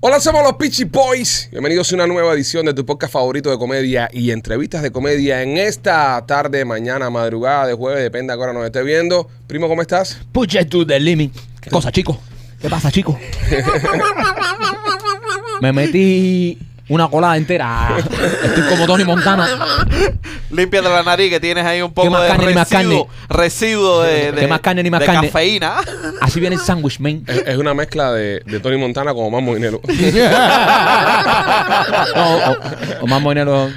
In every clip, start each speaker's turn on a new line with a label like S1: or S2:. S1: Hola, somos los Peachy Boys. Bienvenidos a una nueva edición de tu podcast favorito de comedia y entrevistas de comedia en esta tarde, mañana, madrugada de jueves, depende a qué hora nos esté viendo. Primo, ¿cómo estás?
S2: Push it to the limit. ¿Qué cosa, chico? ¿Qué pasa, chico? Me metí una colada entera. Estoy como Tony Montana.
S3: Límpiate la nariz que tienes ahí un poco
S2: más
S3: de
S2: carne, ni más
S3: residuo, residuo de, de-
S2: Que más carne, ni más
S3: de
S2: carne.
S3: cafeína.
S2: Así viene el sandwich, man.
S1: Es, es una mezcla de, de Tony Montana con Omar Moinelo.
S2: No, o, o más dinero.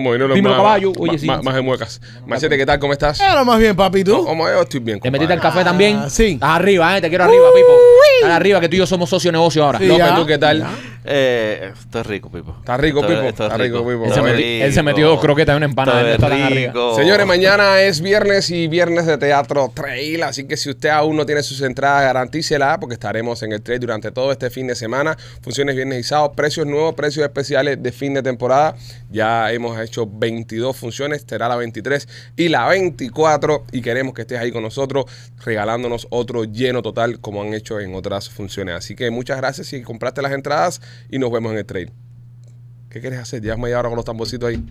S1: Moinelo es
S2: Dímelo,
S1: más-
S2: caballo. Oye,
S1: más-
S2: sí.
S1: más, más de Eh. muecas. Machete, ¿qué tal? ¿Cómo estás?
S4: Ahora más bien, papi, tú.
S1: Como yo estoy bien.
S2: ¿Te
S1: compadre.
S2: metiste al café también?
S4: Ah, sí.
S2: Estás arriba, ¿eh? Te quiero arriba, Pipo. Estás arriba, que tú y yo somos socio negocio ahora.
S4: Sí.
S2: No,
S1: López,
S4: Ya.
S1: ¿tú qué tal?
S3: Eh, esto es rico, Pipo.
S1: Está rico,
S3: Esto-
S1: Pipo.
S3: esto es
S1: Está rico, Pipo.
S2: Él se,
S3: Esto es
S1: Está
S2: metió,
S3: rico.
S2: él se metió dos croquetas y una empanada.
S3: Esto
S2: él
S3: es
S2: está tan arriba.
S3: rico.
S1: Señores, mañana es viernes y viernes de Teatro Trail, así que si usted aún no tiene sus entradas, garantícela porque estaremos en el trail durante todo este fin de semana. Funciones viernes y sábado, precios nuevos, precios especiales de fin de temporada. Ya hemos hecho 22 funciones, será la 23 y la 24 y queremos que estés ahí con nosotros regalándonos otro lleno total como han hecho en otras funciones. Así que muchas gracias si compraste las entradas y nos vemos en el trail. ¿Qué quieres hacer? Llevas media hora con los tamborcitos ahí.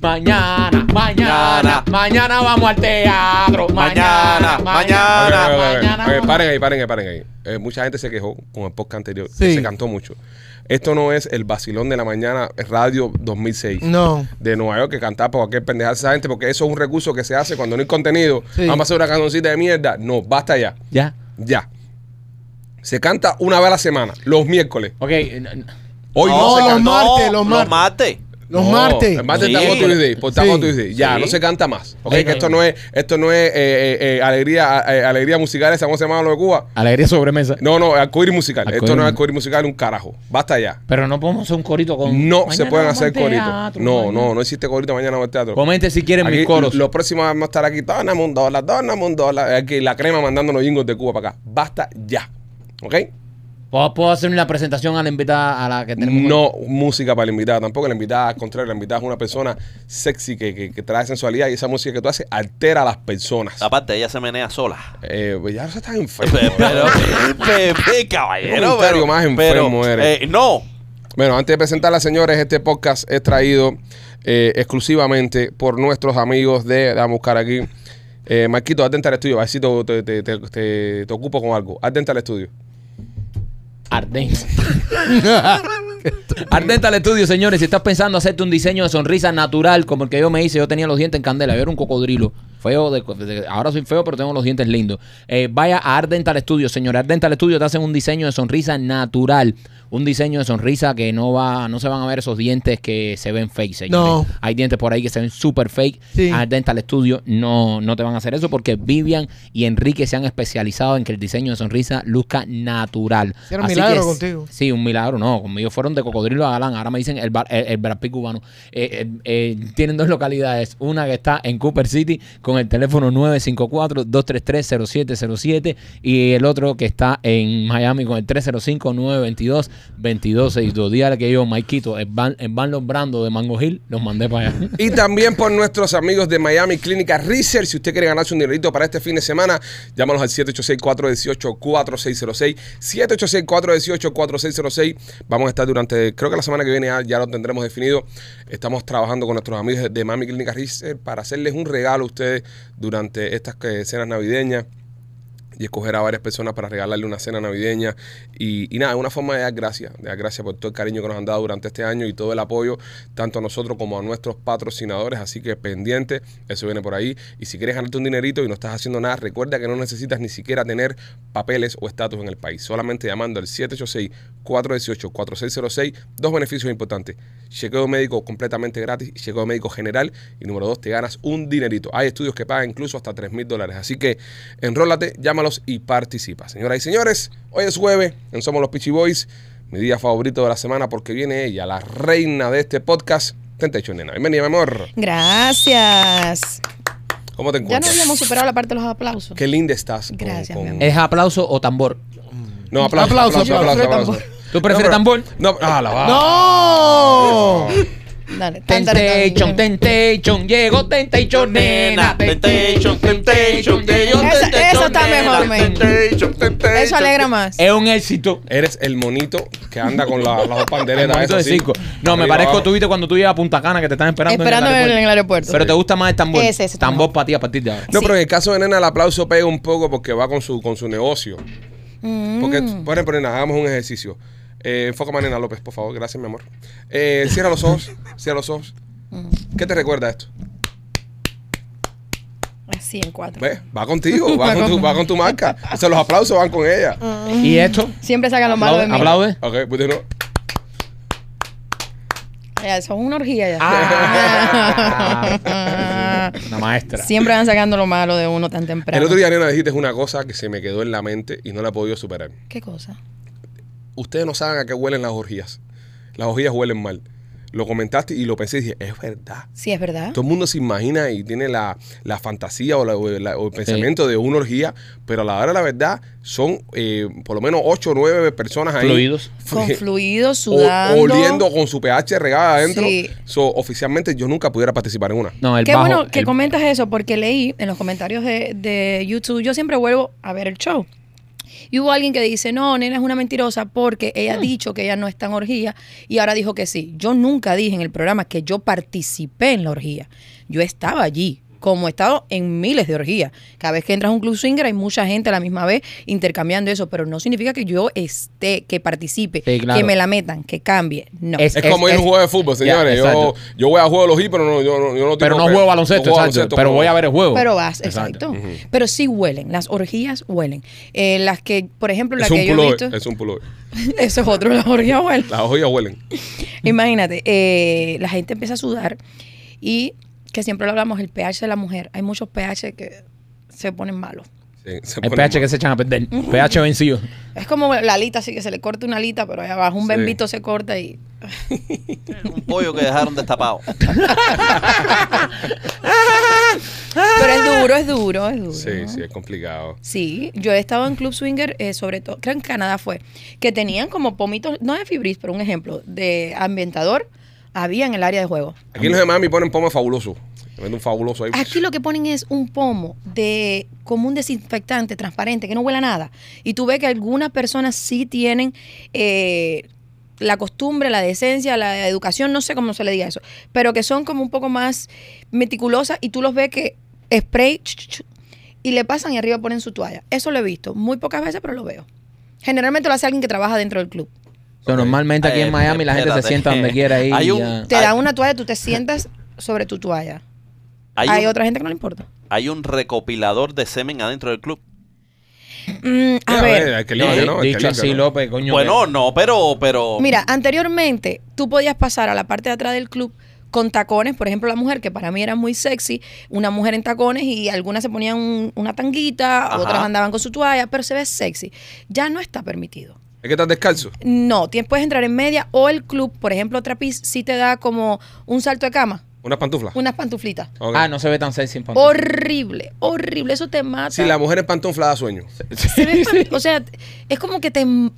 S2: Mañana, mañana, mañana vamos al teatro. Mañana,
S3: Mañana,
S4: Ah,
S2: mañana.
S1: Ok, ok, ok.
S3: mañana.
S2: mañana
S1: Ok,
S2: vamos.
S1: paren ahí, paren ahí, paren ahí. Eh, mucha gente se quejó con el podcast anterior.
S4: Sí.
S1: Se cantó mucho. Esto no es el vacilón de la mañana Radio 2006.
S4: No.
S1: De Nueva York que cantar por cualquier pendejada de esa gente, porque eso es un recurso que se hace cuando no hay contenido.
S4: Sí.
S1: Vamos a hacer una cancioncita de mierda. No, basta ya.
S2: Ya.
S1: Ya. Se canta una vez a la semana, los miércoles.
S2: Ok. n- n-
S1: Hoy no,
S4: No,
S1: se
S4: los
S1: canta.
S4: martes, los martes.
S3: martes.
S4: Los
S1: No,
S4: martes.
S1: El martes
S3: Sí.
S1: está Tuesday, por Taco
S4: Sí.
S1: Tuesday. Ya,
S3: Sí.
S1: no se canta más. Ok,
S2: Ay,
S1: que
S2: no,
S1: esto
S2: no.
S1: no es, esto no es eh, eh, eh, alegría, eh, alegría musical, esa ¿cómo se llama lo de Cuba.
S2: Alegría sobremesa.
S1: No, no, arcoíris musical.
S2: Arcoíris.
S1: Esto no es arcoíris musical, un carajo. Basta ya.
S2: Pero no podemos hacer un corito con.
S1: No se
S2: Mañana
S1: pueden
S2: vamos
S1: hacer
S2: al
S1: coritos.
S2: teatro,
S1: No,
S2: mañana.
S1: no, no hiciste corito mañana al teatro.
S2: Comente si quieren
S1: Aquí,
S2: mis coros.
S1: Los próximos vamos a estar aquí. Dóname un dólar, dóname un dólar. Aquí la crema mandando los jingles de Cuba para acá. Basta ya. ¿Ok?
S2: ¿Puedo, puedo hacer una presentación a la invitada a la que tenemos?
S1: No música para la invitada tampoco. La invitada, al contrario, la invitada es una persona sexy que, que- que trae sensualidad y esa música que tú haces altera a las personas.
S3: Aparte, ella se menea sola.
S1: Eh, pues ya no se están
S3: Pe-
S1: enfermos.
S3: Pero, Pepe, caballero.
S1: Comentario
S3: pero-
S1: más
S3: pero,
S1: enfermo eres.
S3: eh, no.
S1: Bueno, antes de presentarla, señores, este podcast es traído eh, exclusivamente por nuestros amigos de. Vamos a buscar aquí. Eh, Marquito, haz dental estudio. A ver si te, te, te, te, te- te ocupo con algo. Haz dental estudio.
S2: Ardente. Ardenta al estudio, señores. Si estás pensando hacerte un diseño de sonrisa natural como el que yo me hice, yo tenía los dientes en candela, yo era un cocodrilo. Feo, de, de- ahora soy feo, pero tengo los dientes lindos. Eh, vaya a Ardental Studio, señores. Ardental Studio te hacen un diseño de sonrisa natural. Un diseño de sonrisa que no va, no se van a ver esos dientes que se ven fake, señores.
S4: No.
S2: Hay dientes por ahí que se ven super fake.
S4: Sí.
S2: Al Dental Studio no, no te van a hacer eso porque Vivian y Enrique se han especializado en que el diseño de sonrisa luzca natural.
S4: Hicieron milagro
S2: que-
S4: contigo.
S2: Sí, un milagro, no. Conmigo fueron de cocodrilo a Alan. Ahora me dicen el, bar- el, el Brad Pitt cubano. Eh, eh, eh, tienen dos localidades. Una que está en Cooper City con el teléfono 954-233-0707 y el otro que está en Miami con el 305-922-2262. Dígale que yo, Maikito, el van, el van lombrando de Mango Hill, los mandé para allá.
S1: Y también por nuestros amigos de Miami Clínica Research. Si usted quiere ganarse un dinerito para este fin de semana, llámanos al 786-418-4606. 786-418-4606. Vamos a estar durante, creo que la semana que viene ya, ya lo tendremos definido. Estamos trabajando con nuestros amigos de Miami Clínica Research para hacerles un regalo a ustedes durante estas eh, cenas navideñas y escoger a varias personas para regalarle una cena navideña. Y, y nada, es una forma de dar gracias, de dar gracias por todo el cariño que nos han dado durante este año y todo el apoyo, tanto a nosotros como a nuestros patrocinadores. Así que pendiente, eso viene por ahí. Y si quieres ganarte un dinerito y no estás haciendo nada, recuerda que no necesitas ni siquiera tener papeles o estatus en el país. Solamente llamando al 786-418-4606. Dos beneficios importantes. Chequeo médico completamente gratis y chequeo médico general. Y número dos, te ganas un dinerito. Hay estudios que pagan incluso hasta 3 mil dólares. Así que enrólate, llámalos y participa. Señoras y señores, hoy es jueves en Somos los Peachy Boys. Mi día favorito de la semana porque viene ella, la reina de este podcast. Tentation, nena. Bienvenida, mi amor.
S5: Gracias.
S1: ¿Cómo te
S5: Ya no
S1: encuentras?
S5: habíamos superado la parte de los aplausos.
S1: Qué linda estás. con-
S5: Gracias,
S1: con-
S5: mi amor. Eh,
S2: ¿Es aplauso o tambor?
S1: No, aplauso, aplauso,
S4: Aplauso,
S1: aplauso,
S4: aplauso,
S1: aplauso.
S2: ¿Tú prefieres
S1: No, pero-
S2: tambor?
S1: No, ah, la va.
S4: ¡No!
S5: Dale.
S2: Temptation, Temptation, llegó Temptation, nena.
S3: Temptation, temptation, temptation,
S5: Esa- esa está
S3: nena,
S5: mejor, men.
S3: temptation, temptation.
S5: Eso alegra más.
S1: Eh.
S2: Es un éxito.
S1: Eres el monito que anda con la- las dos panderetas.
S2: Momento de
S1: esas, así,
S2: cinco. No, me
S1: arriba,
S2: parezco
S1: abajo.
S2: tú viste cuando tú llegas a Punta Cana que te están esperando,
S5: Esperando
S2: en el aeropuerto.
S5: en el aeropuerto.
S2: Pero te gusta más el tambor.
S5: Ese, ese
S2: tambor
S5: tambor.
S2: para ti a partir de ahora.
S1: No,
S5: Sí.
S1: pero en el caso de Nena, el aplauso pega un poco porque va con su, con su negocio.
S5: Mm.
S1: Porque, por ejemplo, Nena, hagamos un ejercicio. Eh, enfócame a Nena López, por favor. Gracias, mi amor. Eh, cierra los ojos. cierra los ojos. ¿Qué te recuerda esto?
S5: Así en cuatro.
S1: ¿Ves? Va contigo, va, con Mm. tu, va con tu marca. O sea, los aplausos van con ella.
S2: ¿Y esto?
S5: Siempre saca Mm. lo malo de mí.
S2: ¿Aplaude?
S1: Ok, pues de nuevo.
S5: Ya, Eso es una orgía ya.
S2: Ah. Una maestra.
S5: Siempre van sacando lo malo de uno tan temprano.
S1: El otro día, Nena, dijiste una cosa que se me quedó en la mente y no la he podido superar.
S5: ¿Qué cosa?
S1: Ustedes no saben a qué huelen las orgías. Las orgías huelen mal. Lo comentaste y lo pensé y dije, es verdad.
S5: Sí, es verdad.
S1: Todo el mundo se imagina y tiene la, la fantasía o, la- o la- o el pensamiento de una orgía, pero a la hora de la verdad son eh, por lo menos 8 o 9 personas ahí.
S2: Fluidos.
S5: Con fluido,
S1: eh, O-
S5: sudando.
S1: oliendo con su pH regada adentro.
S5: Sí.
S1: So, oficialmente yo nunca pudiera participar en una.
S2: No, el
S5: Qué
S2: bajo.
S5: bueno que
S2: el-
S5: comentas eso, porque leí en los comentarios de, de YouTube, yo siempre vuelvo a ver el show. Y hubo alguien que dice, no, nena es una mentirosa porque
S2: Mm.
S5: ella ha dicho que ella no está en orgía y ahora dijo que sí. Yo nunca dije en el programa que yo participé en la orgía. Yo estaba allí, como he estado en miles de orgías. Cada vez que entras a un club swinger hay mucha gente a la misma vez intercambiando eso, pero no significa que yo esté, que participe,
S2: Sí, claro.
S5: que me la metan, que cambie. No.
S2: Es-
S1: Es, como ir a un juego de fútbol,
S2: Ya,
S1: señores. yo,
S2: exacto.
S1: yo voy a juego de los hits, pero no, yo, no- yo no tengo
S2: Pero no
S1: que-
S2: juego baloncesto,
S1: juego
S2: exacto.
S1: baloncesto,
S2: Pero voy a ver el juego.
S5: Pero vas,
S2: Exacto.
S5: exacto. Pero sí huelen, las orgías huelen. Eh, las que, por ejemplo, la
S1: Es
S5: que
S1: un
S5: yo he
S1: pullover,
S5: visto.
S1: es un pullover.
S5: Eso es otro, las orgías huelen.
S1: Las orgías huelen.
S5: Imagínate, eh, la gente empieza a sudar y que siempre lo hablamos, el pH de la mujer. Hay muchos pH que se ponen malos.
S1: Sí, se
S2: El
S1: ponen
S2: pH que
S1: mal.
S2: se echan a perder. pH vencido.
S5: Es como la alita, así que se le corta una alita, pero allá abajo un
S1: Sí.
S5: bembito se corta y.
S3: Un pollo que dejaron destapado.
S5: Pero es duro, es duro, es duro.
S1: Ah. Sí, sí, es complicado.
S5: Sí, yo he estado en club swinger, eh, sobre todo, creo en Canadá fue, que tenían como pomitos, no de fibris, pero un ejemplo, de ambientador, había en el área de juego.
S1: Aquí los de Miami ponen pomo fabuloso. Le meten un fabuloso ahí.
S3: pues,
S5: Aquí lo que ponen es un pomo de como un desinfectante transparente que no huela a nada. Y tú ves que algunas personas sí tienen eh, la costumbre, la decencia, la educación, no sé cómo se le diga eso, pero que son como un poco más meticulosas y tú los ves que spray ch, ch, ch, y le pasan y arriba ponen su toalla. Eso lo he visto muy pocas veces, pero lo veo. Generalmente lo hace alguien que trabaja dentro del club.
S2: O sea, normalmente aquí
S3: Eh,
S2: en Miami la gente se
S3: espérate.
S2: sienta donde quiera ahí.
S3: Hay
S2: y
S3: un-
S2: ya.
S5: Te
S3: Ay.
S5: da una toalla, tú te sientas sobre tu toalla. Hay,
S3: Hay, un,
S5: otra gente que no le importa.
S3: hay un recopilador de semen adentro del club.
S5: Mm, a ver.
S1: hay que
S2: Sí,
S1: limpia, ¿no? Hay que
S2: Eh, Dicho
S1: limpia,
S2: así,
S1: ¿no?
S2: López, coño.
S3: Bueno, no, pero, pero.
S5: Mira, anteriormente tú podías pasar a la parte de atrás del club con tacones, por ejemplo, la mujer, que para mí era muy sexy, una mujer en tacones y algunas se ponían un- una tanguita,
S3: Ajá.
S5: otras andaban con su toalla, pero se ve sexy. Ya no está permitido.
S1: Hay que estar descalzo.
S5: No, tien- puedes entrar en media o el club, por ejemplo, Trapiz, sí te da como un salto de cama,
S1: Unas
S2: Ah.
S1: pantuflas.
S5: unas pantuflitas.
S2: que-
S1: Ok.
S2: Ah, no se ve tan sexy en pantalla.
S5: Horrible, horrible, eso te mata.
S1: Si la mujer es pantufla, da sueño.
S5: Se ve espan- o sea, es como que te m-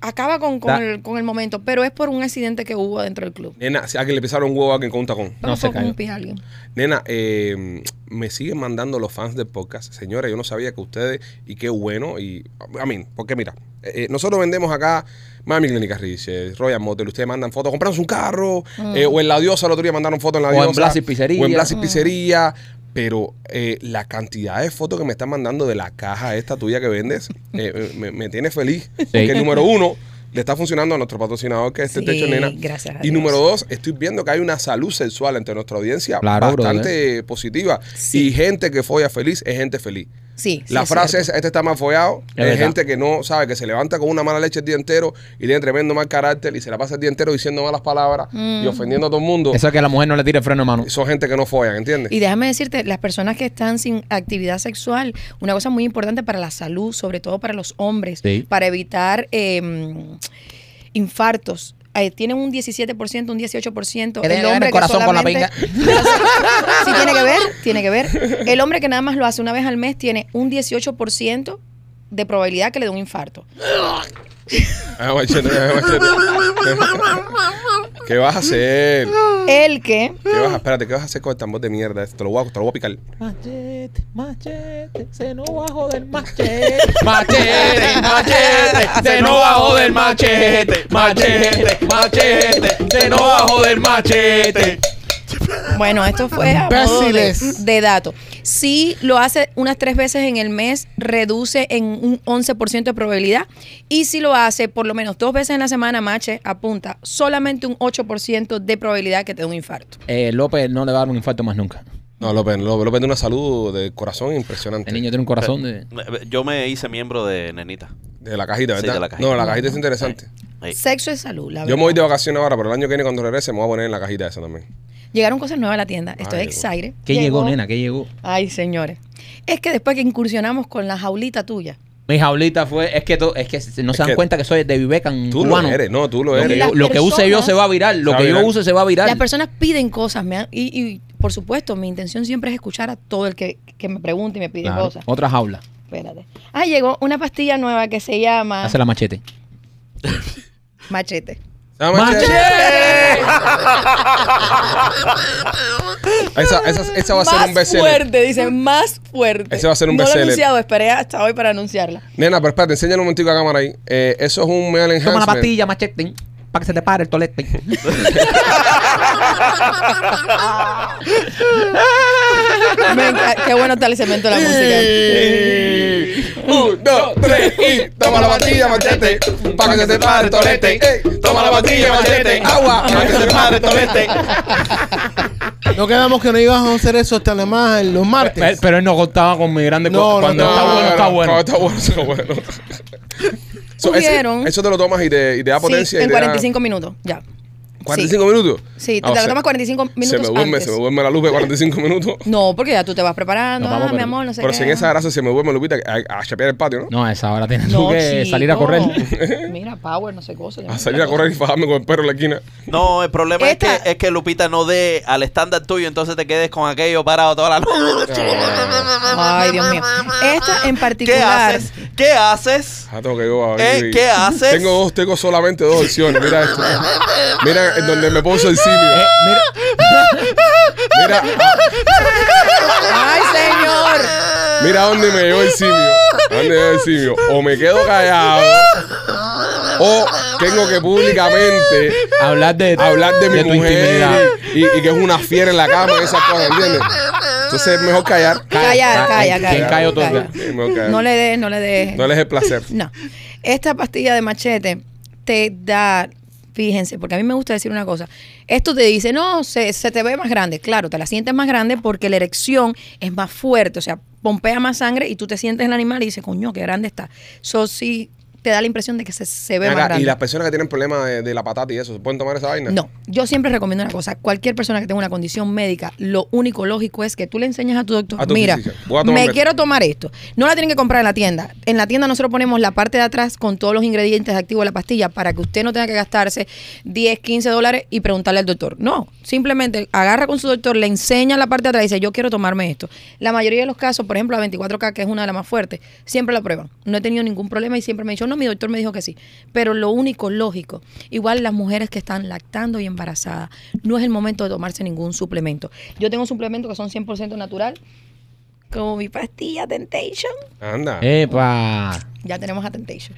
S5: acaba con, con
S2: Da-
S5: el, con el momento, pero es por un accidente que hubo dentro del club.
S1: Nena, si a que le pisaron un huevo a alguien con un tacón.
S2: No se
S5: Fue con
S2: cayó.
S5: un pie a alguien.
S1: Nena, eh, me siguen mandando los fans del podcast. Señores, yo no sabía que ustedes, y qué bueno, y a mí, porque mira, eh, eh, nosotros vendemos acá Mami Clínica Rich, eh, Royal Motel, ustedes mandan fotos, compramos un carro,
S5: Mm.
S1: eh, o en La Diosa, el otro día mandaron fotos en La
S2: O en
S1: Diosa.
S2: Blas y Pizzería.
S1: O en Blas y Pizzería. Pero eh, la cantidad de fotos que me están mandando de la caja esta tuya que vendes, eh, me, me tiene feliz. Porque el número uno le está funcionando a nuestro patrocinador que es este
S5: Sí,
S1: techo, nena.
S5: gracias a
S1: y
S5: Dios.
S1: número dos, estoy viendo que hay una salud sexual entre nuestra audiencia
S2: Claro,
S1: bastante eh, positiva.
S5: Sí.
S1: Y gente que folla feliz es gente feliz.
S5: Sí. sí,
S1: La
S5: es
S1: frase
S5: cierto.
S1: es, este está más follado,
S2: Es
S1: es,
S2: verdad.
S1: gente que no sabe, que se levanta con una mala leche el día entero y tiene tremendo mal carácter y se la pasa el día entero diciendo malas palabras y
S5: Mm.
S1: ofendiendo a todo el mundo.
S2: Eso es que a la mujer no le tire el freno de mano.
S1: Son gente que no follan, ¿entiendes?
S5: Y déjame decirte, las personas que están sin actividad sexual, una cosa muy importante para la salud, sobre todo para los hombres,
S2: Sí.
S5: para evitar eh, infartos. Eh, tienen un 17%, un 18%.
S2: Que tenga que ver
S5: el
S2: el
S5: hombre que
S2: corazón con la
S5: solamente- sí, tiene que ver, tiene que ver. El hombre que nada más lo hace una vez al mes tiene un 18% de probabilidad que le dé un infarto.
S1: Ah, machete, ah, machete. ¿Qué vas a hacer?
S5: El que.
S1: ¿Qué vas a, espérate, ¿qué vas a hacer con el tambor de mierda? Este, Te lo voy a, te lo voy a picar.
S2: Machete, machete, se no va a joder machete. Machete, machete, se no va a joder machete. Machete, machete, se no va a joder machete.
S5: Bueno, esto fue a modo de,
S4: Imbéciles.
S5: de dato. Si lo hace unas tres veces en el mes, reduce en un 11% de probabilidad. Y si lo hace por lo menos dos veces en la semana, mache, apunta solamente un 8% de probabilidad que te dé un infarto.
S2: Eh, López no le va a dar un infarto más nunca.
S1: No, López, López, López tiene una salud de corazón impresionante.
S2: El niño tiene un corazón de.
S3: eh, Yo me hice miembro de Nenita.
S1: De la cajita,
S3: Sí,
S1: ¿verdad?
S3: de la cajita.
S1: No, la cajita es interesante.
S3: Ey.
S5: Sexo es salud, la
S1: Yo me voy de
S5: verdad.
S1: vacaciones ahora, pero el año que viene cuando regrese me voy a poner en la cajita esa también.
S5: Llegaron cosas nuevas a la tienda. Estoy
S1: Ay,
S5: excited.
S2: ¿Qué llegó, nena? ¿Qué llegó?
S5: Ay, señores. Es que después que incursionamos con la jaulita tuya,
S2: Mi jaulita fue. Es que, to- es que no se dan
S1: que-
S2: cuenta que soy de Vivecan
S1: Tú
S2: cubano.
S1: lo eres, no, tú lo
S2: Lo
S1: eres.
S2: que,
S5: Las
S2: yo- lo que use yo
S5: personas-
S2: se va a virar. Lo
S1: Se va
S2: que
S1: a
S2: yo
S1: virar.
S2: use se va a virar.
S5: las personas piden cosas. Me han- y, y, por supuesto, mi intención siempre es escuchar a todo el que, que me pregunte y me pide
S2: Claro,
S5: cosas.
S2: Otra jaula.
S5: Espérate. Ah, llegó una pastilla nueva que se llama
S2: Hace la machete.
S5: Machete.
S1: Ah, machete. Eh, Esa, esa, esa va a ser un
S5: más
S1: bestseller.
S5: fuerte, dice, más fuerte.
S1: Ese va a ser un
S5: no
S1: bestseller.
S5: lo he anunciado, esperé hasta hoy para anunciarla.
S1: Nena, pero espérate, enséñale un momentico a cámara ahí. Eh, eso es un male enhancement.
S2: Toma la pastilla, machete. Para que se te pare el tolete.
S5: Me enca- Qué bueno está el cemento de la música.
S1: Eh. Un, dos, tres y toma la pastilla, machete, pa' que se te pare el tolete. Ey, toma la pastilla, machete, agua, pa' que se te pare el tolete.
S4: No quedamos que no íbamos a hacer eso hasta nada más los martes.
S2: él no contaba con mi grande.
S4: No, no, Cuando no, está bueno, no, está
S1: No, está bueno, está bueno. So, ese-
S5: Tuvieron-
S1: eso te lo tomas y te, y te da
S5: Sí,
S1: potencia. y
S5: en
S1: te da-
S5: 45 minutos, ya. Sí.
S1: 45 minutos.
S5: Sí, te
S1: Ah, o
S5: la
S1: sea,
S5: tomas 45 minutos
S1: Se me duerme,
S5: antes.
S1: se me duerme la luz de 45 minutos.
S5: No, porque ya tú te vas preparando.
S2: Nos vamos,
S5: ah, mi
S2: pero-
S5: amor, no sé
S1: Pero
S5: qué.
S1: si en esa grasa se me duerme Lupita a, a chapear el patio, ¿no?
S2: No, a esa hora tienes
S5: No,
S2: tú que
S5: chico.
S2: salir a correr. Eh,
S5: Mira, Power, no sé cosa.
S1: A salir a correr y fajarme con el perro en la esquina.
S3: No, el problema es,
S5: Esta-
S3: que, es que Lupita no dé al estándar tuyo, entonces te quedes con aquello parado toda la noche.
S5: Ay, Dios mío. Esta en
S3: ¿Qué
S5: particular.
S3: haces? ¿Qué haces?
S1: Ah, tengo que yo a
S3: ¿Eh?
S1: y-
S3: ¿Qué haces?
S1: Tengo dos, tengo solamente dos opciones. Mira esto. Mira en donde me puso el simio. Mira, ah,
S5: Ay, señor.
S1: mira dónde me llevó el simio. ¿A ¿Dónde me llevó el simio? O me quedo callado. O tengo que públicamente
S2: hablar de,
S1: hablar de mi
S2: tu intimidad.
S1: mujer y, y que es una fiera en la cama y esas cosas, ¿entiendes? Entonces es mejor callar.
S5: Calla,
S1: Ah,
S5: calla,
S2: ¿Quién
S5: calla.
S2: cayó todo?
S5: Calla.
S1: Es mejor callar.
S5: No le des, no le des.
S1: No les es el placer.
S5: No. Esta pastilla de machete te da, fíjense, porque a mí me gusta decir una cosa. Esto te dice, no, se, se te ve más grande. Claro, te la sientes más grande porque la erección es más fuerte, o sea, pompea más sangre y tú te sientes el animal y dices, coño, qué grande está. Eso sí te da la impresión de que se, se ve
S1: Ven
S5: más
S1: acá,
S5: grande.
S1: y las personas que tienen problemas de, de la patata y eso, ¿se pueden tomar esa vaina?
S5: No, yo siempre recomiendo una cosa. Cualquier persona que tenga una condición médica, lo único lógico es que tú le enseñes a tu doctor,
S1: A tu
S5: mira,
S1: fisio, voy a tomarme
S5: me
S1: esto".
S5: quiero tomar esto. No la tienen que comprar en la tienda. En la tienda nosotros ponemos la parte de atrás con todos los ingredientes activos de la pastilla para que usted no tenga que gastarse 10, 15 dólares y preguntarle al doctor. No, simplemente agarra con su doctor, le enseña la parte de atrás y dice, yo quiero tomarme esto. La mayoría de los casos, por ejemplo, la 24K, que es una de las más fuertes, siempre la prueban. No he tenido ningún problema y siempre me han dicho, no, mi doctor me dijo que sí. Pero lo único lógico, igual las mujeres que están lactando y embarazadas, no es el momento de tomarse ningún suplemento. Yo tengo suplementos que son 100% natural, como mi pastilla Temptation.
S1: Anda.
S2: Eh. Epa.
S5: Ya tenemos a Temptation.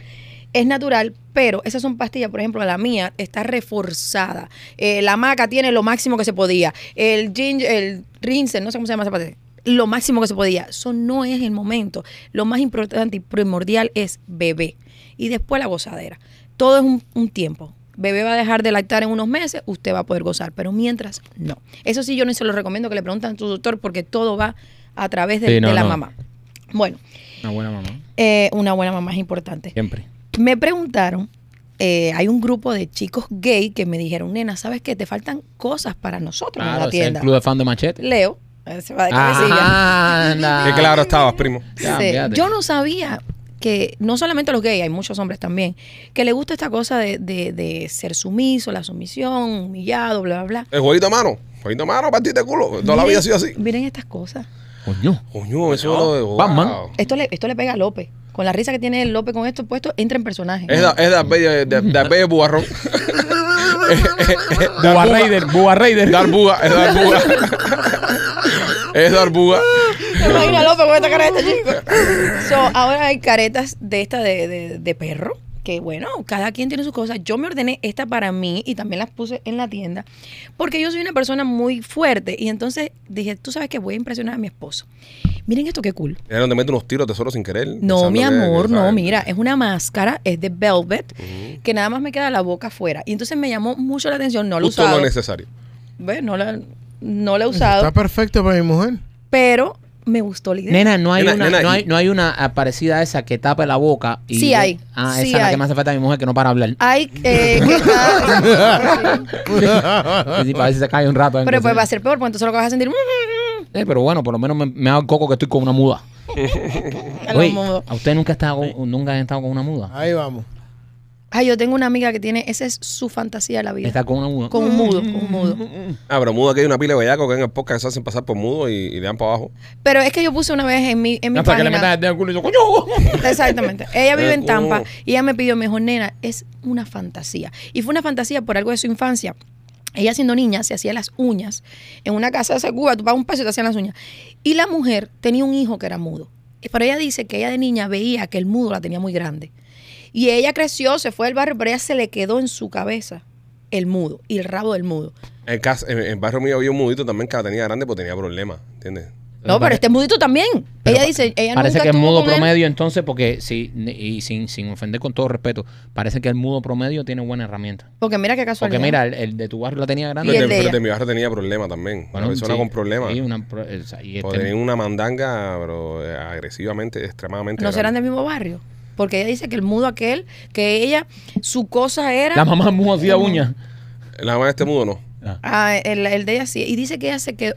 S5: Es natural, pero esas son pastillas, por ejemplo, la mía está reforzada. Eh, la maca tiene lo máximo que se podía. El ginger, el rinse, no sé cómo se llama esa pastilla. Lo máximo que se podía. Eso no es el momento. Lo más importante y primordial es bebé. Y después la gozadera. Todo es un, un tiempo. Bebé va a dejar de lactar en unos meses, usted va a poder gozar, pero mientras no. Eso sí, yo no se lo recomiendo que le pregunten a tu doctor porque todo va a través de,
S2: Sí, no,
S5: de la
S2: no.
S5: mamá. Bueno,
S2: Una buena mamá.
S5: eh, una buena mamá es importante.
S2: Siempre.
S5: Me preguntaron, eh, hay un grupo de chicos gay que me dijeron, nena, ¿sabes qué? Te faltan cosas para nosotros en
S2: Claro,
S5: la
S2: ese es el
S5: tienda.
S2: club de fan de machete.
S5: Leo, eh, se va de cabecilla.
S2: Ajá, anda.
S1: Qué claro estabas, primo.
S5: Sí.
S2: Cámbiate.
S5: Yo no sabía que no solamente los gays, hay muchos hombres también, que le gusta esta cosa de, de- de ser sumiso, la sumisión, humillado, bla, bla, bla.
S1: El jueguito a mano. Jueguito a mano, partiste el culo. Toda la vida ha sido así.
S5: Miren estas cosas.
S2: Coño.
S1: Coño, eso es lo de. wow.
S2: Batman.
S5: Esto le, esto le pega a López. Con la risa que tiene López con esto puesto, entra en personaje.
S1: Es de, es de, Darth Vader- de, de Darth Vader Bubarrón. Eh,
S2: Bua Raider, Bua Raider.
S1: Dar buga, es dar buga. es dar buga.
S5: Me imagino a López con esta cara de este chico. So, ahora hay caretas de esta de, de- de perro. Que bueno, cada quien tiene sus cosas. Yo me ordené esta para mí y también las puse en la tienda. Porque yo soy una persona muy fuerte. Y entonces dije, tú sabes que voy a impresionar a mi esposo. Miren esto qué cool.
S1: Era donde mete unos tiros tesoro sin querer.
S5: No,
S1: pensando
S5: mi
S1: que-
S5: amor,
S1: que,
S5: no,
S1: ¿sabes?
S5: mira, es una máscara, es de velvet, que nada más me queda la boca afuera. Y entonces me llamó mucho la atención, no lo he
S1: Justo lo
S5: usado.
S1: necesario.
S5: Ve, no la, no la he
S4: Está
S5: usado,
S4: perfecto para mi mujer.
S5: pero me gustó la idea.
S2: Nena, no hay,
S1: Nena,
S2: una,
S1: nena,
S2: no, hay,
S1: y-
S2: no hay una ah, parecida a esa que tapa la boca. Y
S5: Sí hay,
S2: Ah, esa
S5: sí
S2: es la
S5: hay.
S2: que me hace falta a mi mujer que no para hablar.
S5: Hay eh, que está-
S2: Y sí, para ver si se cae un rato.
S5: Pero pues va a
S2: entonces-
S5: ser peor, porque entonces lo que vas a sentir. mm,
S2: Eh, pero bueno, por lo menos me, me hago el coco que estoy con una muda.
S5: a lo
S2: Oye,
S5: mudo.
S2: ¿a usted nunca ha estado con, nunca ha estado con una muda?
S4: Ahí vamos.
S5: Ay, yo tengo una amiga que tiene, esa es su fantasía de la vida.
S2: Está con una muda.
S5: Con un mudo, con un mudo.
S1: Ah, pero mudo aquí hay una pila de bellacos que en el podcast se hacen pasar por mudo y, y le dan para abajo.
S5: Pero es que yo puse una vez en mi, en mi
S2: Hasta que le
S5: página-
S2: metas el dedo en el culo y yo, coño.
S5: Exactamente. Ella vive en
S1: Eh,
S5: Tampa
S1: ¿cómo?
S2: Oh.
S5: y ella me pidió, me dijo, nena, es una fantasía. Y fue una fantasía por algo de su infancia. Ella siendo niña se hacía las uñas. En una casa de Cuba, tú pagas un peso y te hacían las uñas. Y la mujer tenía un hijo que era mudo. Pero ella dice que ella de niña veía que el mudo la tenía muy grande. Y ella creció, se fue del barrio, pero ella se le quedó en su cabeza el mudo y el rabo del mudo.
S1: En el, cas- en en el barrio mío había un mudito también que la tenía grande porque tenía problemas, ¿entiendes?
S5: No, pero este mudito también. ella dice, ella
S2: Parece
S5: nunca
S2: que el
S5: estuvo
S2: mudo
S5: con él.
S2: promedio, entonces, porque sí, y sin, sin ofender con todo respeto, parece que el mudo promedio tiene buena herramienta.
S5: Porque mira qué
S2: Porque
S5: casualidad.
S2: mira, el, el de tu barrio la tenía grande.
S5: Y
S1: Pero
S5: el
S1: de,
S5: de
S1: pero
S5: ella.
S1: de mi barrio tenía problemas también. una
S2: Bueno,
S1: persona
S2: sí,
S1: con problemas.
S2: sí, una pro- eh, o sea, y
S1: o
S2: este-
S1: tenía una mandanga, pero eh, agresivamente, extremadamente.
S5: No serán
S1: grande.
S5: del mismo barrio. Porque ella dice que el mudo aquel, que ella, su cosa era.
S2: La mamá mudo hacía uñas.
S1: La mamá de este mudo no.
S5: Ah, el, el de ella sí. Y dice que ella se quedó.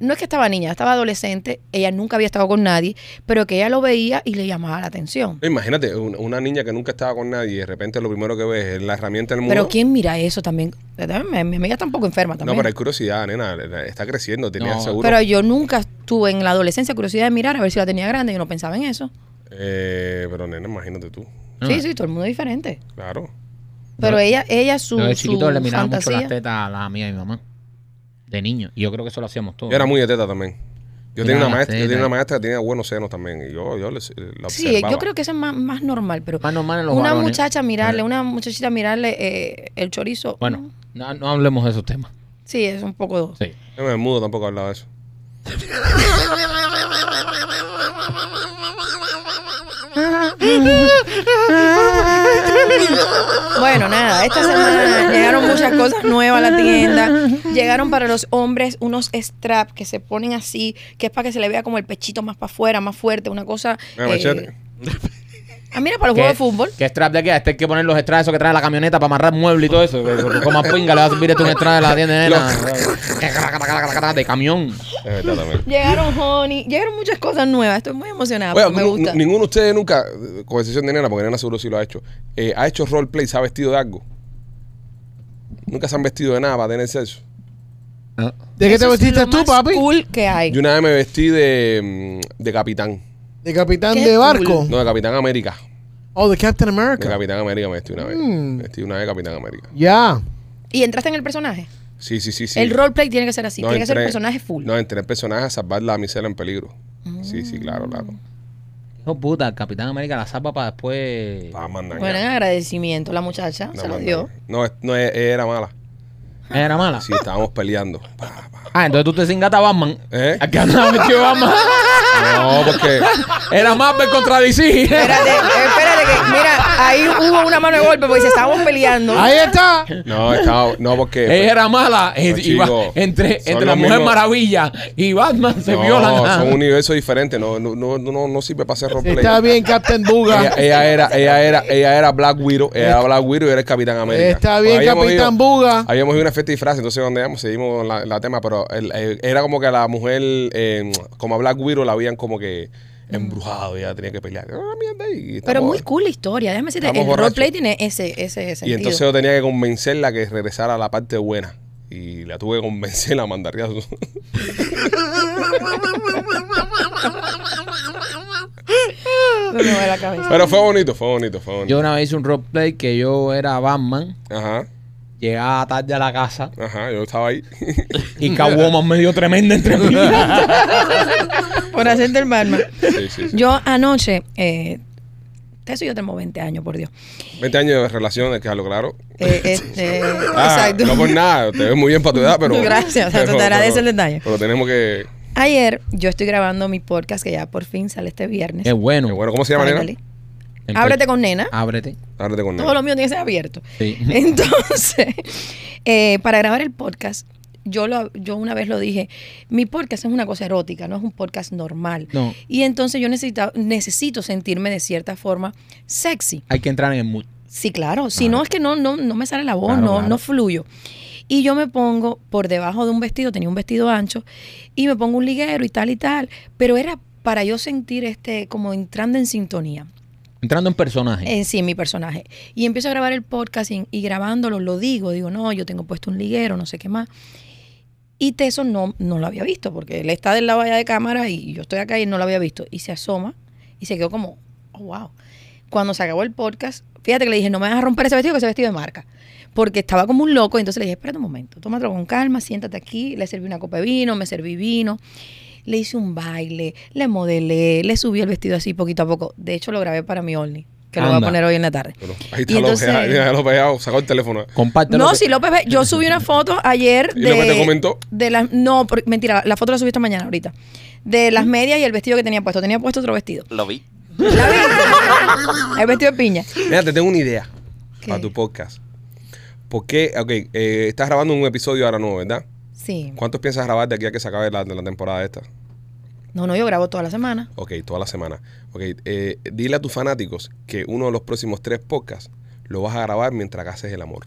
S5: No es que estaba niña, estaba adolescente. Ella nunca había estado con nadie. Pero que ella lo veía y le llamaba la atención.
S1: Imagínate, un- una niña que nunca estaba con nadie y de repente lo primero que ves es la herramienta del mudo.
S5: Pero ¿quién mira eso también? Eh, Mi, mi amiga está un poco enferma
S1: No,
S5: también.
S1: pero hay curiosidad, nena. la- Está creciendo, tenía
S2: No.
S1: seguro.
S5: Pero yo nunca tuve en la adolescencia curiosidad de mirar a ver si la tenía grande. Yo no pensaba en eso.
S1: Eh, pero nena, imagínate tú.
S2: Ah.
S5: Sí, sí, todo el mundo es diferente.
S1: Claro.
S5: Pero
S2: Yo-
S5: ella, ella su,
S2: Yo de chiquito
S5: su
S2: le miraba mucho
S5: fantasía.
S2: las tetas a la mía y mi mamá. De niño. Y yo creo que eso lo hacíamos todos.
S1: Yo era muy de teta también. Yo
S2: Mira
S1: tenía, una
S2: la
S1: maestra, yo
S2: teta.
S1: tenía una maestra que tenía buenos senos también. Y yo, yo les- eh, la observaba.
S5: Sí, yo creo que eso es más, más normal, pero
S2: Más normal en los
S5: una
S2: varones.
S5: muchacha mirarle, una muchachita mirarle eh, el chorizo.
S2: Bueno, no, no hablemos de esos temas.
S5: Sí, es un poco.
S2: Sí.
S1: Yo me mudo tampoco hablaba de eso.
S5: Bueno, nada, esta semana llegaron muchas cosas nuevas a la tienda. Llegaron para los hombres unos straps que se ponen así, que es para que se le vea como el pechito más para afuera, más fuerte, una cosa.
S1: Mira,
S5: eh,
S1: machete.
S5: ah, mira, para los
S2: ¿Qué-
S5: juegos de fútbol.
S2: ¿Qué strap de qué? Este hay que poner los straps esos que trae la camioneta para amarrar muebles y todo eso. Como a pinga le vas a subir esto un strap de la tienda de nena. De camión.
S1: Es verdad también.
S5: Llegaron honey, llegaron muchas cosas nuevas. Estoy muy emocionada.
S1: Oiga,
S5: porque Ah, me
S1: nu-
S5: gusta.
S1: nu- ninguno de ustedes nunca, eh, con excepción de nena, porque nena seguro sí lo ha hecho, eh, ha hecho roleplay, se ha vestido de algo. Nunca se han vestido de nada para tener sexo.
S4: ¿De qué te
S5: Eso es
S4: vestiste
S5: lo
S4: tú,
S5: más
S4: papi?
S5: cool que hay.
S1: Yo una vez me vestí de, mm, de Capitán.
S4: ¿De capitán
S5: Qué
S4: de barco?
S1: No, de Capitán América.
S4: Oh, de Captain
S1: De
S4: America.
S1: Capitán América me vestí una vez.
S4: Mm.
S1: Me vestí una vez de Capitán América.
S4: Ya.
S5: ¿Y entraste en el personaje?
S1: Sí, sí, sí, sí.
S5: El roleplay tiene que ser así,
S1: No,
S5: tiene que ser
S1: entré-
S5: un personaje full.
S1: No, entré en personaje a salvar la misela en peligro. Sí, sí,
S5: Mm.
S1: claro, claro.
S2: Hijo puta, el Capitán América la zapa para después.
S1: Pa' mandangar.
S5: Bueno, en agradecimiento, la muchacha
S1: No,
S5: se lo
S1: mandangar.
S5: dio.
S1: No, es- no, e- era mala.
S2: Era mala.
S1: Ah, Sí, estábamos peleando. Pa, pa.
S2: Ah, entonces tú te cingata a Batman.
S1: ¿Eh?
S2: Aquí andaba metido Batman.
S1: No, porque
S2: Era Marvel contra DC.
S5: Espérate, espérate que, mira, ahí hubo una mano de golpe porque se estábamos peleando.
S4: Ahí está.
S1: no, estaba, no porque pues,
S2: Ella era mala.
S1: No,
S2: Y va-
S1: chico,
S2: entre
S1: son los
S2: entre la Mujer
S1: mismos.
S2: Maravilla y Batman se
S1: no,
S2: violan.
S1: son un universo diferente, no no no no, no sirve para hacer roleplay.
S4: Está bien, Captain Buga.
S1: Ella, ella era ella era ella era Black Widow, ella era Black Widow y era el Capitán América.
S4: Está bien,
S1: habíamos
S4: Capitán Buga.
S1: Habíamos ido a una fiesta de disfraz, entonces donde íbamos seguimos la, la tema, pero el- eh, era como que a la mujer eh, como a Black Widow la habían como que embrujado, ella tenía que pelear. Ah, mierda, y
S5: Pero
S1: estamos-
S5: muy cool la historia, déjame decirte,
S1: Estamos
S5: el
S1: borrachos.
S5: roleplay tiene ese, ese
S1: Y
S5: sentido.
S1: entonces yo tenía que convencerla que regresara a la parte buena. Y la tuve que convencer la mandaría.
S5: Me mueve la cabeza.
S1: Pero fue bonito, fue bonito, fue bonito.
S2: Yo una vez hice un roleplay que yo era Batman
S1: Ajá.
S2: Llegaba tarde a la casa
S1: Ajá, yo estaba ahí.
S2: y Catwoman me dio tremenda entre
S5: Por hacerte el barman.
S1: sí, sí, sí.
S5: Yo anoche, eh, eso yo tengo 20 años, por Dios.
S1: 20 años de relación, hay que dejarlo claro.
S5: Eh, este,
S1: Ah,
S5: exacto.
S1: No por nada, te ves muy bien para tu edad, pero.
S5: Gracias, o sea, te agradece el detalle.
S1: Pero tenemos que.
S5: Ayer yo estoy grabando mi podcast que ya por fin sale este viernes.
S2: Es bueno.
S1: que bueno, ¿cómo se llama,
S5: Sale
S1: nena?
S5: feliz. Ábrete con nena.
S1: Ah,
S2: Ábrete.
S1: Ábrete con
S5: Todo
S1: nena.
S5: lo mío tiene que ser abierto.
S2: Sí.
S5: Entonces, eh, para grabar el podcast, yo, lo, yo una vez lo dije, mi podcast es una cosa erótica, no es un podcast normal.
S2: No.
S5: Y entonces yo necesita- necesito sentirme de cierta forma sexy.
S2: Hay que entrar en el mood.
S5: Sí, claro. Si no, es que no, no, no me sale la voz,
S2: Claro,
S5: no,
S2: claro.
S5: no fluyo. Y yo me pongo por debajo de un vestido, tenía un vestido ancho, y me pongo un liguero y tal y tal. Pero era para yo sentir este, como entrando en sintonía
S2: Entrando en personaje.
S5: en Eh, sí, en mi personaje. Y empiezo a grabar el podcast y, y grabándolo lo digo, digo, no, yo tengo puesto un liguero, no sé qué más. Y Teso no, no lo había visto, porque él está del lado allá de cámara y yo estoy acá y él no lo había visto. Y se asoma y se quedó como, oh, wow. Cuando se acabó el podcast, fíjate que le dije, no me vas a romper ese vestido, que ese vestido es de marca. Porque estaba como un loco, y entonces le dije, espérate un momento, tómatelo con calma, siéntate aquí. Le serví una copa de vino, me serví vino le hice un baile, le modelé, le subí el vestido así poquito a poco. De hecho, lo grabé para mi Only, que lo voy
S2: Anda.
S5: a poner hoy en la tarde.
S1: Pero ahí
S5: Y
S1: está López,
S5: entonces-
S1: ahí está López, ahí sacó el teléfono.
S2: Compártelo.
S5: No, si López ve, yo subí una foto ayer
S1: ¿Y lo que te
S5: de,
S1: comentó?
S5: de las no, por- mentira, la foto la subí esta mañana ahorita. De las medias y el vestido que tenía puesto, tenía puesto otro vestido.
S3: Lo vi.
S5: ¿La viste? el vestido de piña.
S1: Mira, te tengo una idea
S5: ¿Qué?
S1: para tu podcast. ¿Por qué? Ok, eh, estás grabando un episodio ahora nuevo, ¿verdad?
S5: Sí.
S1: ¿Cuántos piensas grabar de aquí a que se acabe la, de la temporada esta?
S5: No, no, yo grabo toda la semana.
S1: Ok, toda la semana. Ok, eh, dile a tus fanáticos que uno de los próximos tres podcasts lo vas a grabar mientras que haces el amor.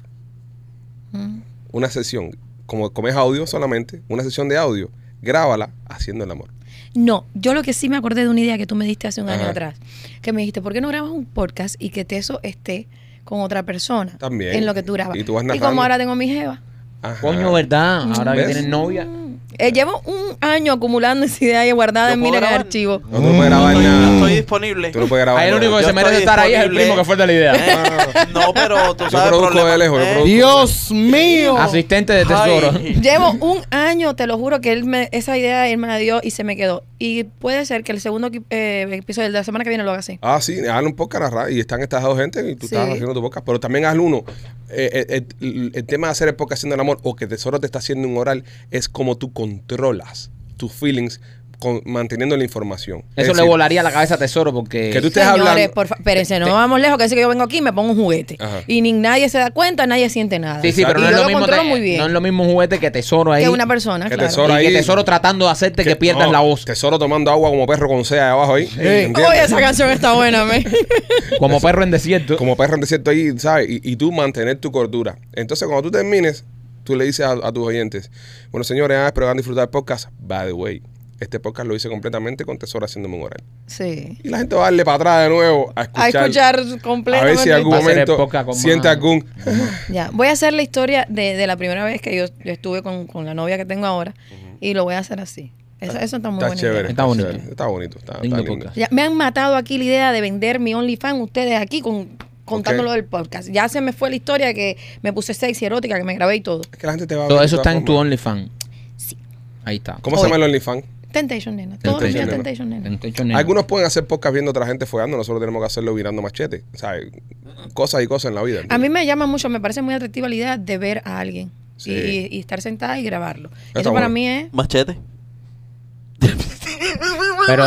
S5: Mm.
S1: Una sesión, como comes audio solamente, una sesión de audio, grábala haciendo el amor.
S5: No, yo lo que sí me acordé de una idea que tú me diste hace un año
S1: Ajá.
S5: atrás, que me dijiste, ¿por qué no grabas un podcast y que Teso esté con otra persona
S1: También.
S5: en lo que tú grabas?
S1: Y tú vas narrando.
S5: como ahora tengo a mi jeva.
S1: Ajá.
S2: Coño, ¿verdad? Ahora que
S1: ¿Ves?
S2: tienes novia.
S5: Eh, llevo un año acumulando esa idea y guardada
S3: ¿Yo
S5: en
S3: puedo
S5: miles de
S3: grabar?
S5: archivos.
S1: No, tú no puedes grabar
S3: Estoy,
S1: nada.
S3: estoy disponible.
S1: Tú no puedes grabar
S2: Ahí el
S1: nada.
S2: único que
S3: Yo
S2: se merece
S3: estoy
S2: estar ahí es el
S3: disponible.
S2: primo que fue de la idea.
S3: Eh, no, pero tú
S1: Yo
S3: sabes el
S1: produzco
S3: problema.
S1: de lejos, yo
S3: eh,
S1: produzco.
S4: Dios mío.
S2: Asistente de tesoro.
S3: Ay.
S5: Llevo un año, te lo juro, que él me, esa idea él me la dio y se me quedó. Y puede ser que el segundo equi- eh, episodio el de la semana que viene lo haga así.
S1: Ah, sí, hazle un podcast a la ra- y están estas dos gente y tú estás
S5: Sí.
S1: haciendo tu podcast, pero también hazle uno. Eh, eh, el, el tema de hacer el podcast haciendo el amor o que Tesoro te está haciendo un oral es como tú controlas tus feelings con- manteniendo la información. Es
S2: Eso le
S1: decir,
S2: volaría la cabeza a Tesoro porque...
S1: Que tú estés
S5: Señores,
S1: hablando.
S5: por fa- espérense, no vamos lejos, que dice que yo vengo aquí y me pongo un juguete.
S1: Ajá.
S5: Y ni nadie se da cuenta, nadie siente nada.
S2: Sí, sí, pero
S5: y
S2: no
S5: yo
S2: es, lo
S5: lo
S2: mismo
S5: controlo
S2: te-
S5: muy bien.
S2: no es lo mismo un juguete que tesoro ahí.
S5: que una persona,
S1: Que
S5: claro.
S1: tesoro.
S2: Y que
S1: ahí-
S2: tesoro tratando de hacerte que, pierdas
S1: no,
S2: la voz.
S1: Tesoro tomando agua como perro con sea ahí abajo ahí. ¿entiendes?
S5: Oye, esa canción está buena, me.
S2: Como perro en desierto.
S1: Como perro en desierto ahí, ¿sabes? Y, y tú mantener tu cordura. Entonces, cuando tú termines, tú le dices a, a tus oyentes, bueno, señores, ah, espero que van a disfrutar del podcast. By the way, este podcast lo hice completamente con Tesoro haciéndome un oral.
S5: Sí.
S1: Y la gente va a darle para atrás de nuevo a escuchar.
S5: A escuchar
S1: A
S5: completamente.
S1: ver si en algún
S2: Va a ser
S1: momento
S2: época con
S1: siente
S2: más-
S1: algún.
S5: Ya, voy a hacer la historia de, de la primera vez que yo, yo estuve con, con la novia que tengo ahora y lo voy a hacer así. Eso, eso está muy
S1: Está
S5: bueno.
S1: chévere.
S2: Está bonito.
S1: chévere, Está bonito. Está, está
S2: Lindo
S1: lindo.
S2: podcast.
S5: Ya, me han matado aquí la idea de vender mi OnlyFans ustedes aquí con contándolo
S1: Ok.
S5: del podcast. Ya se me fue la historia que me puse sexy, erótica, que me grabé y todo.
S1: Es que la gente te va a
S2: Todo
S1: ver de
S2: eso
S1: todas
S2: está en tu
S1: formas.
S2: OnlyFans.
S5: Sí.
S2: Ahí está.
S1: ¿Cómo se
S5: Oye.
S1: llama el OnlyFans?
S5: Temptation, nena. Todo lo mío es Temptation, nena.
S2: Temptation Nena.
S1: Algunos pueden hacer podcast viendo a otra gente follando, nosotros tenemos que hacerlo virando machete. ¿Sabes? Cosas y cosas en la vida.
S5: A mí me llama mucho, me parece muy atractiva la idea de ver a alguien
S1: Sí.
S5: y, y- y estar sentada y grabarlo.
S1: Está
S5: eso para
S1: bueno.
S5: mí es...
S3: Machete.
S2: Pero...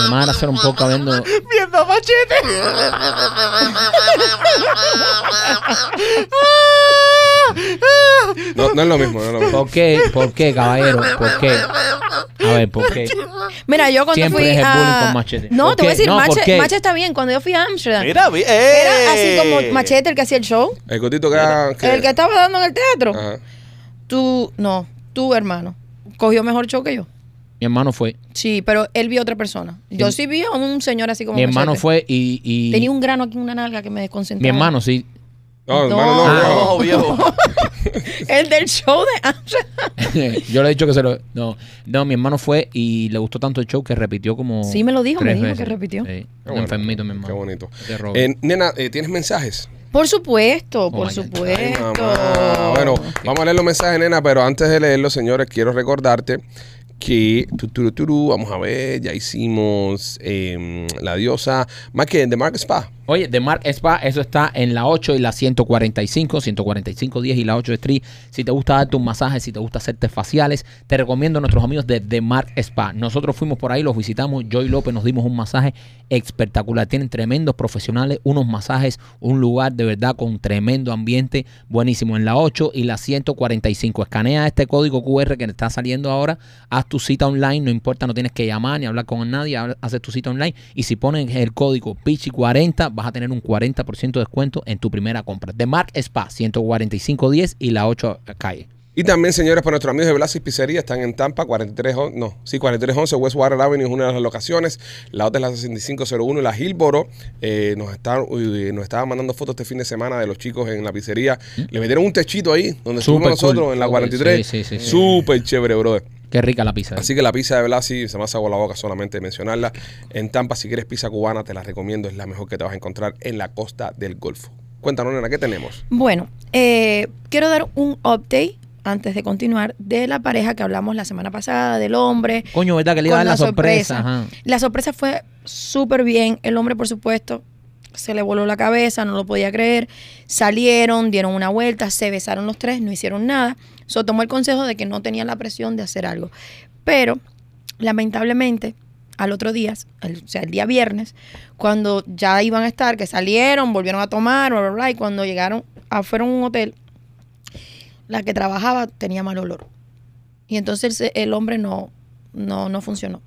S2: Me van a hacer un poco viendo...
S3: Viendo machete.
S1: No, no es lo mismo, no es lo mismo.
S2: ¿Por qué? ¿Por qué, caballero? ¿Por qué? A ver, ¿por qué?
S5: Mira, yo cuando
S2: Siempre
S5: fui
S2: es el
S5: a...
S2: bullying con Machete.
S5: No,
S2: ¿Por
S5: te voy a
S2: qué?
S5: decir,
S2: No, ¿por
S5: Mache-
S2: qué?
S5: Machete está bien. Cuando yo fui a Amsterdam,
S3: Mira, vi- eh.
S5: Ah. era así como Machete el que hacía el show.
S1: El gotito que, era-
S5: El que estaba dando en el teatro.
S1: Ajá.
S5: Tú, no, tu hermano, cogió mejor show que yo.
S2: Mi hermano fue.
S5: Sí, pero él vio a otra persona. Yo sí vi a un señor así como
S2: Mi hermano
S5: Machete.
S2: fue y... y-
S5: Tenía un grano aquí en una nalga que me desconcentraba.
S2: Mi hermano, sí.
S1: No, hermano, no.
S2: Ah.
S1: no.
S5: oh.
S3: No, viejo.
S5: El del show de Amsterdam.
S2: Yo le he dicho que se lo. No, no, mi hermano fue y le gustó tanto el show que repitió como.
S5: Sí, me lo dijo, me
S2: tres
S5: dijo que
S2: veces.
S5: repitió.
S2: Sí,
S1: Qué bueno.
S2: Ah. enfermito, mi hermano.
S1: Qué bonito.
S2: De robo.
S1: Eh, nena, eh, ¿tienes mensajes?
S5: Por supuesto, por
S2: my God.
S5: supuesto.
S1: Oh Ay, mamá. Bueno, vamos a leer los mensajes, nena, pero antes de leerlos, señores, quiero recordarte que tu, tu, tu, tu, vamos a ver, ya hicimos eh, la diosa más que de Mark Spa.
S2: Oye, de Mark Spa, eso está en la 8 y la 145, 145, 10 y la 8 de Street. Si te gusta darte un masaje, si te gusta hacerte faciales, te recomiendo a nuestros amigos de The Mark Spa. Nosotros fuimos por ahí, los visitamos, yo y López nos dimos un masaje espectacular. Tienen tremendos profesionales, unos masajes, un lugar de verdad con tremendo ambiente, buenísimo. En la 8 y la 145, escanea este código QR que te está saliendo ahora, haz tu cita online, no importa, no tienes que llamar ni hablar con nadie, habla- haces tu cita online y si pones el código PICHI40 vas a tener un 40% de descuento en tu primera compra. De Mark Spa, 14510 y la 8 calle.
S1: Y también, señores, para nuestros amigos de Blasis Pizzería, están en Tampa, 43, on- oh, no, sí, 4311 West Water Avenue es una de las locaciones. La otra es la 6501, la Hillboro. Eh, nos, está, uy, nos estaban mandando fotos este fin de semana de los chicos en la pizzería. Le metieron un techito ahí, donde estuvimos
S2: Súper
S1: nosotros,
S2: cool.
S1: en la
S2: Súper,
S1: 43.
S2: sí, sí, sí, sí.
S1: Súper chévere, brother.
S2: Qué rica la pizza.
S1: Así que la pizza de Blasi se me hace agua la boca solamente de mencionarla. En Tampa, si quieres pizza cubana, te la recomiendo. Es la mejor que te vas a encontrar en la costa del Golfo. Cuéntanos, nena, ¿qué tenemos?
S5: Bueno, eh, quiero dar un update antes de continuar de la pareja que hablamos la semana pasada, del hombre.
S2: Coño, ¿verdad que le iba a
S5: con
S2: dar la sorpresa? Ajá.
S5: La sorpresa fue súper bien. El hombre, por supuesto, se le voló la cabeza, no lo podía creer. Salieron, dieron una vuelta, se besaron los tres, no hicieron nada. So, tomó el consejo de que no tenía la presión de hacer algo. Pero, lamentablemente, al otro día, al- o sea, el día viernes, cuando ya iban a estar, que salieron, volvieron a tomar, bla, bla, bla, y cuando llegaron, a, fueron a un hotel, la que trabajaba tenía mal olor. Y entonces el- el hombre no, no, no funcionó.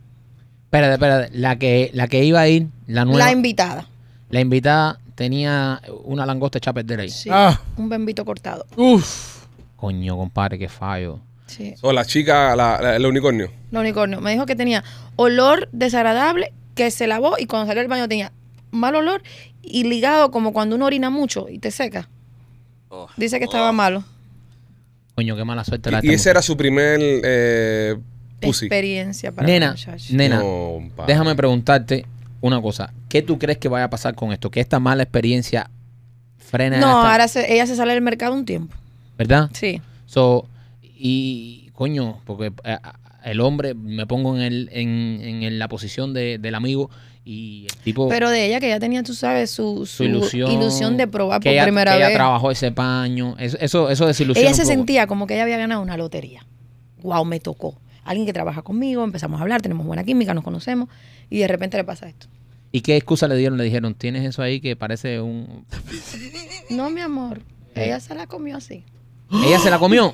S2: Espérate, espérate. La que, la que iba a ir, la nueva,
S5: La
S2: la,
S5: invitada.
S2: invitada tenía una langosta hecha a perder ahí.
S5: Sí.
S4: Ah.
S5: Un bembito cortado.
S4: Uf.
S2: Coño, compadre, qué fallo.
S5: Sí.
S1: O Oh, la chica, la- la- el unicornio.
S5: La unicornio. Me dijo que tenía olor desagradable, que se lavó y cuando salió del baño tenía mal olor y ligado como cuando uno orina mucho y te seca.
S3: Oh.
S5: Dice que estaba malo.
S2: Coño, qué mala suerte la
S1: Y, y ese era su primer eh, pussy.
S5: Experiencia para
S2: Nena,
S5: la muchacha.
S2: nena,
S1: No, compadre.
S2: Déjame preguntarte una cosa. ¿Qué tú crees que vaya a pasar con esto? Que esta mala experiencia frena.
S5: No,
S2: esta-
S5: ahora se- ella se sale del mercado un tiempo.
S2: ¿Verdad?
S5: Sí.
S2: So, y coño, porque eh, el hombre, me pongo en, el, en, en el- la posición de- del amigo y el tipo.
S5: Pero de ella que ya tenía, tú sabes, su,
S2: su
S5: su
S2: ilusión.
S5: de probar
S2: que
S5: por
S2: ella,
S5: primera
S2: que
S5: vez.
S2: Ella trabajó ese paño. Eso, eso, eso desilusiona
S5: Ella se
S2: un poco.
S5: sentía como que ella había ganado una lotería. Wow, me tocó. Alguien que trabaja conmigo, empezamos a hablar, tenemos buena química, nos conocemos y de repente le pasa esto.
S2: ¿Y qué excusa le dieron? Le dijeron, tienes eso ahí que parece un.
S5: No, mi amor,
S2: Eh.
S5: ella se la comió así.
S2: ¿Ella se la comió?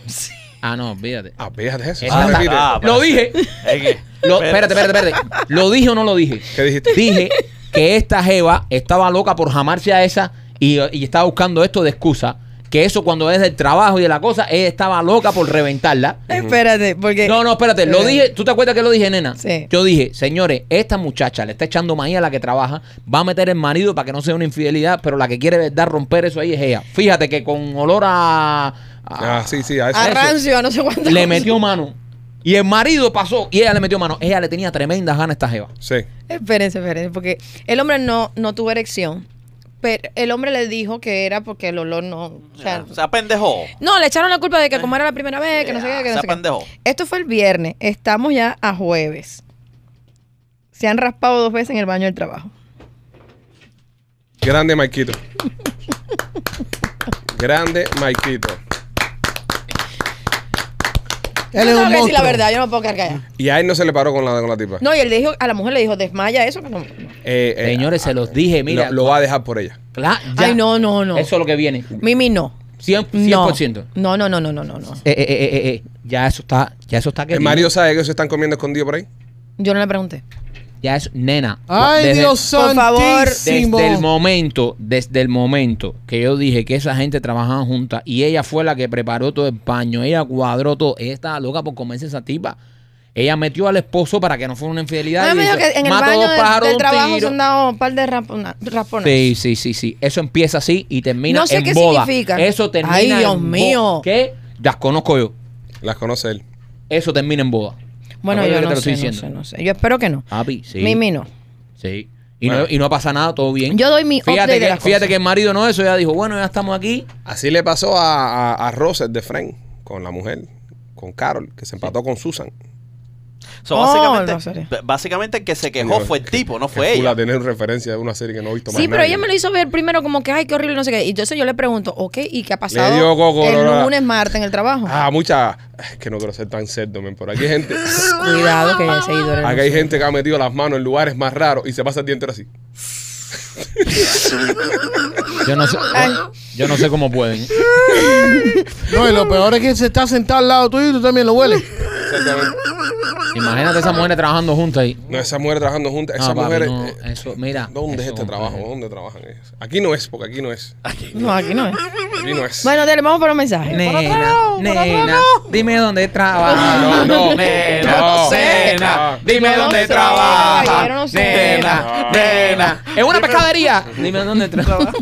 S2: Ah, no, olvídate.
S1: Ah, fíjate eso.
S2: Esa
S1: Ah,
S2: está-
S1: repite.
S3: ah,
S2: Lo dije.
S3: Es que-
S2: Lo- espérate, espérate, espérate. ¿Lo dije o no lo dije?
S1: ¿Qué dijiste?
S2: Dije que esta Jeva estaba loca por jamarse a esa y, y estaba buscando esto de excusa. Que eso cuando es del trabajo y de la cosa, ella estaba loca por reventarla.
S5: Espérate, porque.
S2: No, no, espérate, lo
S5: Eh.
S2: dije, ¿tú te acuerdas que lo dije, nena?
S5: Sí.
S2: Yo dije, señores, esta muchacha le está echando maíz a la que trabaja, va a meter el marido para que no sea una infidelidad, pero la que quiere dar romper eso ahí es ella. Fíjate que con olor a... a-
S1: Ah, sí, sí, a eso.
S5: A rancio, a no sé cuánto.
S2: le metió mano. Y el marido pasó y ella le metió mano. Ella le tenía tremendas ganas a esta Jeva.
S1: Sí.
S5: Espérense, espérense, porque el hombre no, no tuvo erección. Pero el hombre le dijo que era porque el olor no. O sea,
S3: O sea, pendejo.
S5: no, le echaron la culpa de que como era la primera vez, que no sé qué, que
S3: O
S5: no
S3: sea,
S5: sé qué.
S3: pendejo.
S5: Esto fue el viernes. Estamos ya a jueves. Se han raspado dos veces en el baño del trabajo.
S1: Grande Maikito. Grande Maikito.
S4: Él es
S5: yo tengo
S4: un
S5: que decir la
S4: monstruo.
S5: verdad, yo no puedo cargar ya.
S1: Y a él no se le paró con la, con la tipa.
S5: No, y él le dijo, a la mujer le dijo, desmaya eso. que no-
S1: Eh, eh,
S2: Señores, se los dije, mira.
S1: lo, lo va a dejar por ella.
S2: Cla- ya.
S5: Ay, no, no, no.
S2: Eso es lo que viene.
S5: Mimi, no.
S2: 100%.
S5: No.
S2: 100%.
S5: No, no, no, no, no, no, no.
S2: Eh, eh, eh, eh, eh, Ya eso está, ya eso está que
S1: El marido Eh, sabe que se están comiendo escondido por ahí.
S5: Yo no le pregunté.
S2: Ya eso, nena.
S4: Ay,
S2: desde-
S4: Dios
S5: Por favor.
S4: santísimo.
S2: Desde el momento, desde el momento que yo dije que esa gente trabajaba junta y ella fue la que preparó todo el paño, ella cuadró todo, ella estaba loca por comerse esa tipa. Ella metió al esposo para que no fuera una infidelidad.
S5: Ah,
S2: y
S5: me dijo
S2: dice,
S5: que en el
S2: "Mato
S5: baño
S2: dos pájaros
S5: del,
S2: de
S5: del
S2: un
S5: trabajo se
S2: tiro".
S5: han dado un par de raspona- raspones.
S2: Sí, sí, sí, sí. Eso empieza así y termina
S5: No sé
S2: en
S5: qué
S2: boda.
S5: significa.
S2: Eso termina
S5: Ay, Dios
S2: en bo-
S5: mío.
S2: ¿Qué? Las conozco yo.
S1: Las conoce él.
S2: Eso termina en boda.
S5: Bueno,
S2: Acuérdate
S5: yo
S2: que
S5: no
S2: te lo
S5: sé,
S2: estoy Ah,
S5: no
S2: diciendo.
S5: sé, no sé. Yo espero que no.
S2: Papi, sí.
S5: Mimi no.
S2: Sí. Y,
S1: Bueno.
S2: no, y no pasa nada, todo bien.
S5: Yo doy mi update
S2: fíjate
S5: de
S2: que,
S5: las
S2: fíjate
S5: cosas.
S2: que el marido no eso, ya dijo, bueno, ya estamos aquí.
S1: Así le pasó a, a, a Rosette de Friend con la mujer, con Carol, que se empató con Susan.
S3: So,
S5: Oh,
S3: básicamente,
S5: no, sorry.
S3: b- básicamente el que se quejó fue el tipo, no fue
S1: que
S3: ella.
S1: Fula tener referencia de una serie que no he visto más
S5: Sí, pero
S1: nadie.
S5: ella me lo hizo ver primero como que, ay, qué horrible, no sé qué. Y entonces yo le pregunto, ok, ¿y qué ha pasado
S1: dio coco,
S5: el
S1: no, no, no.
S5: lunes, martes en el trabajo?
S1: Ah, mucha... Es que no quiero ser tan cerdo, men, pero aquí hay gente...
S5: Cuidado que hay seguidores.
S2: Ah,
S1: Aquí hay gente que ha metido las manos en lugares más raros y se pasa el día entero así.
S2: Yo no sé,
S5: Ay.
S2: yo no sé cómo pueden.
S4: No, y lo peor es que se está sentado al lado tuyo y tú también lo hueles.
S1: Exactamente.
S2: Imagínate esas mujeres trabajando juntas ahí.
S1: No, esas mujeres trabajando juntas,
S2: No,
S1: esas
S2: Ah, papi,
S1: mujeres...
S2: no,
S1: eh,
S2: eso, mira,
S1: ¿Dónde es
S2: eso,
S1: este trabajo?
S2: compadre.
S1: ¿Dónde trabajan ellos? Aquí no es, porque aquí no es.
S5: No, aquí no es.
S1: Aquí no es.
S5: Bueno, dale, vamos para un mensaje.
S2: Nena, nena, dime dónde trabaja.
S1: No, no,
S2: nena,
S1: no,
S2: nena,
S1: no.
S2: dime
S5: No
S2: dónde
S5: sé,
S2: trabaja.
S5: caballero, no sé.
S2: Nena,
S1: No.
S2: nena, es una pescadería. Dime dónde trabaja.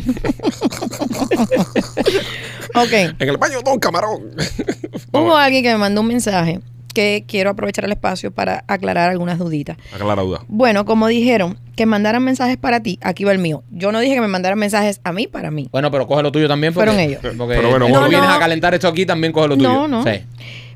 S5: Ok.
S1: En el baño de un camarón.
S5: Hubo alguien que me mandó un mensaje que quiero aprovechar el espacio para aclarar algunas duditas.
S1: Aclara duda.
S5: Bueno, como dijeron, que mandaran mensajes para ti, aquí va el mío. Yo no dije que me mandaran mensajes a mí para mí.
S2: Bueno, pero coge lo tuyo también.
S5: Fueron ellos.
S2: Porque
S1: Pero bueno,
S2: si
S1: No,
S2: tú
S1: no.
S2: vienes a calentar esto aquí, también coge lo tuyo.
S5: No, no.
S2: Sí.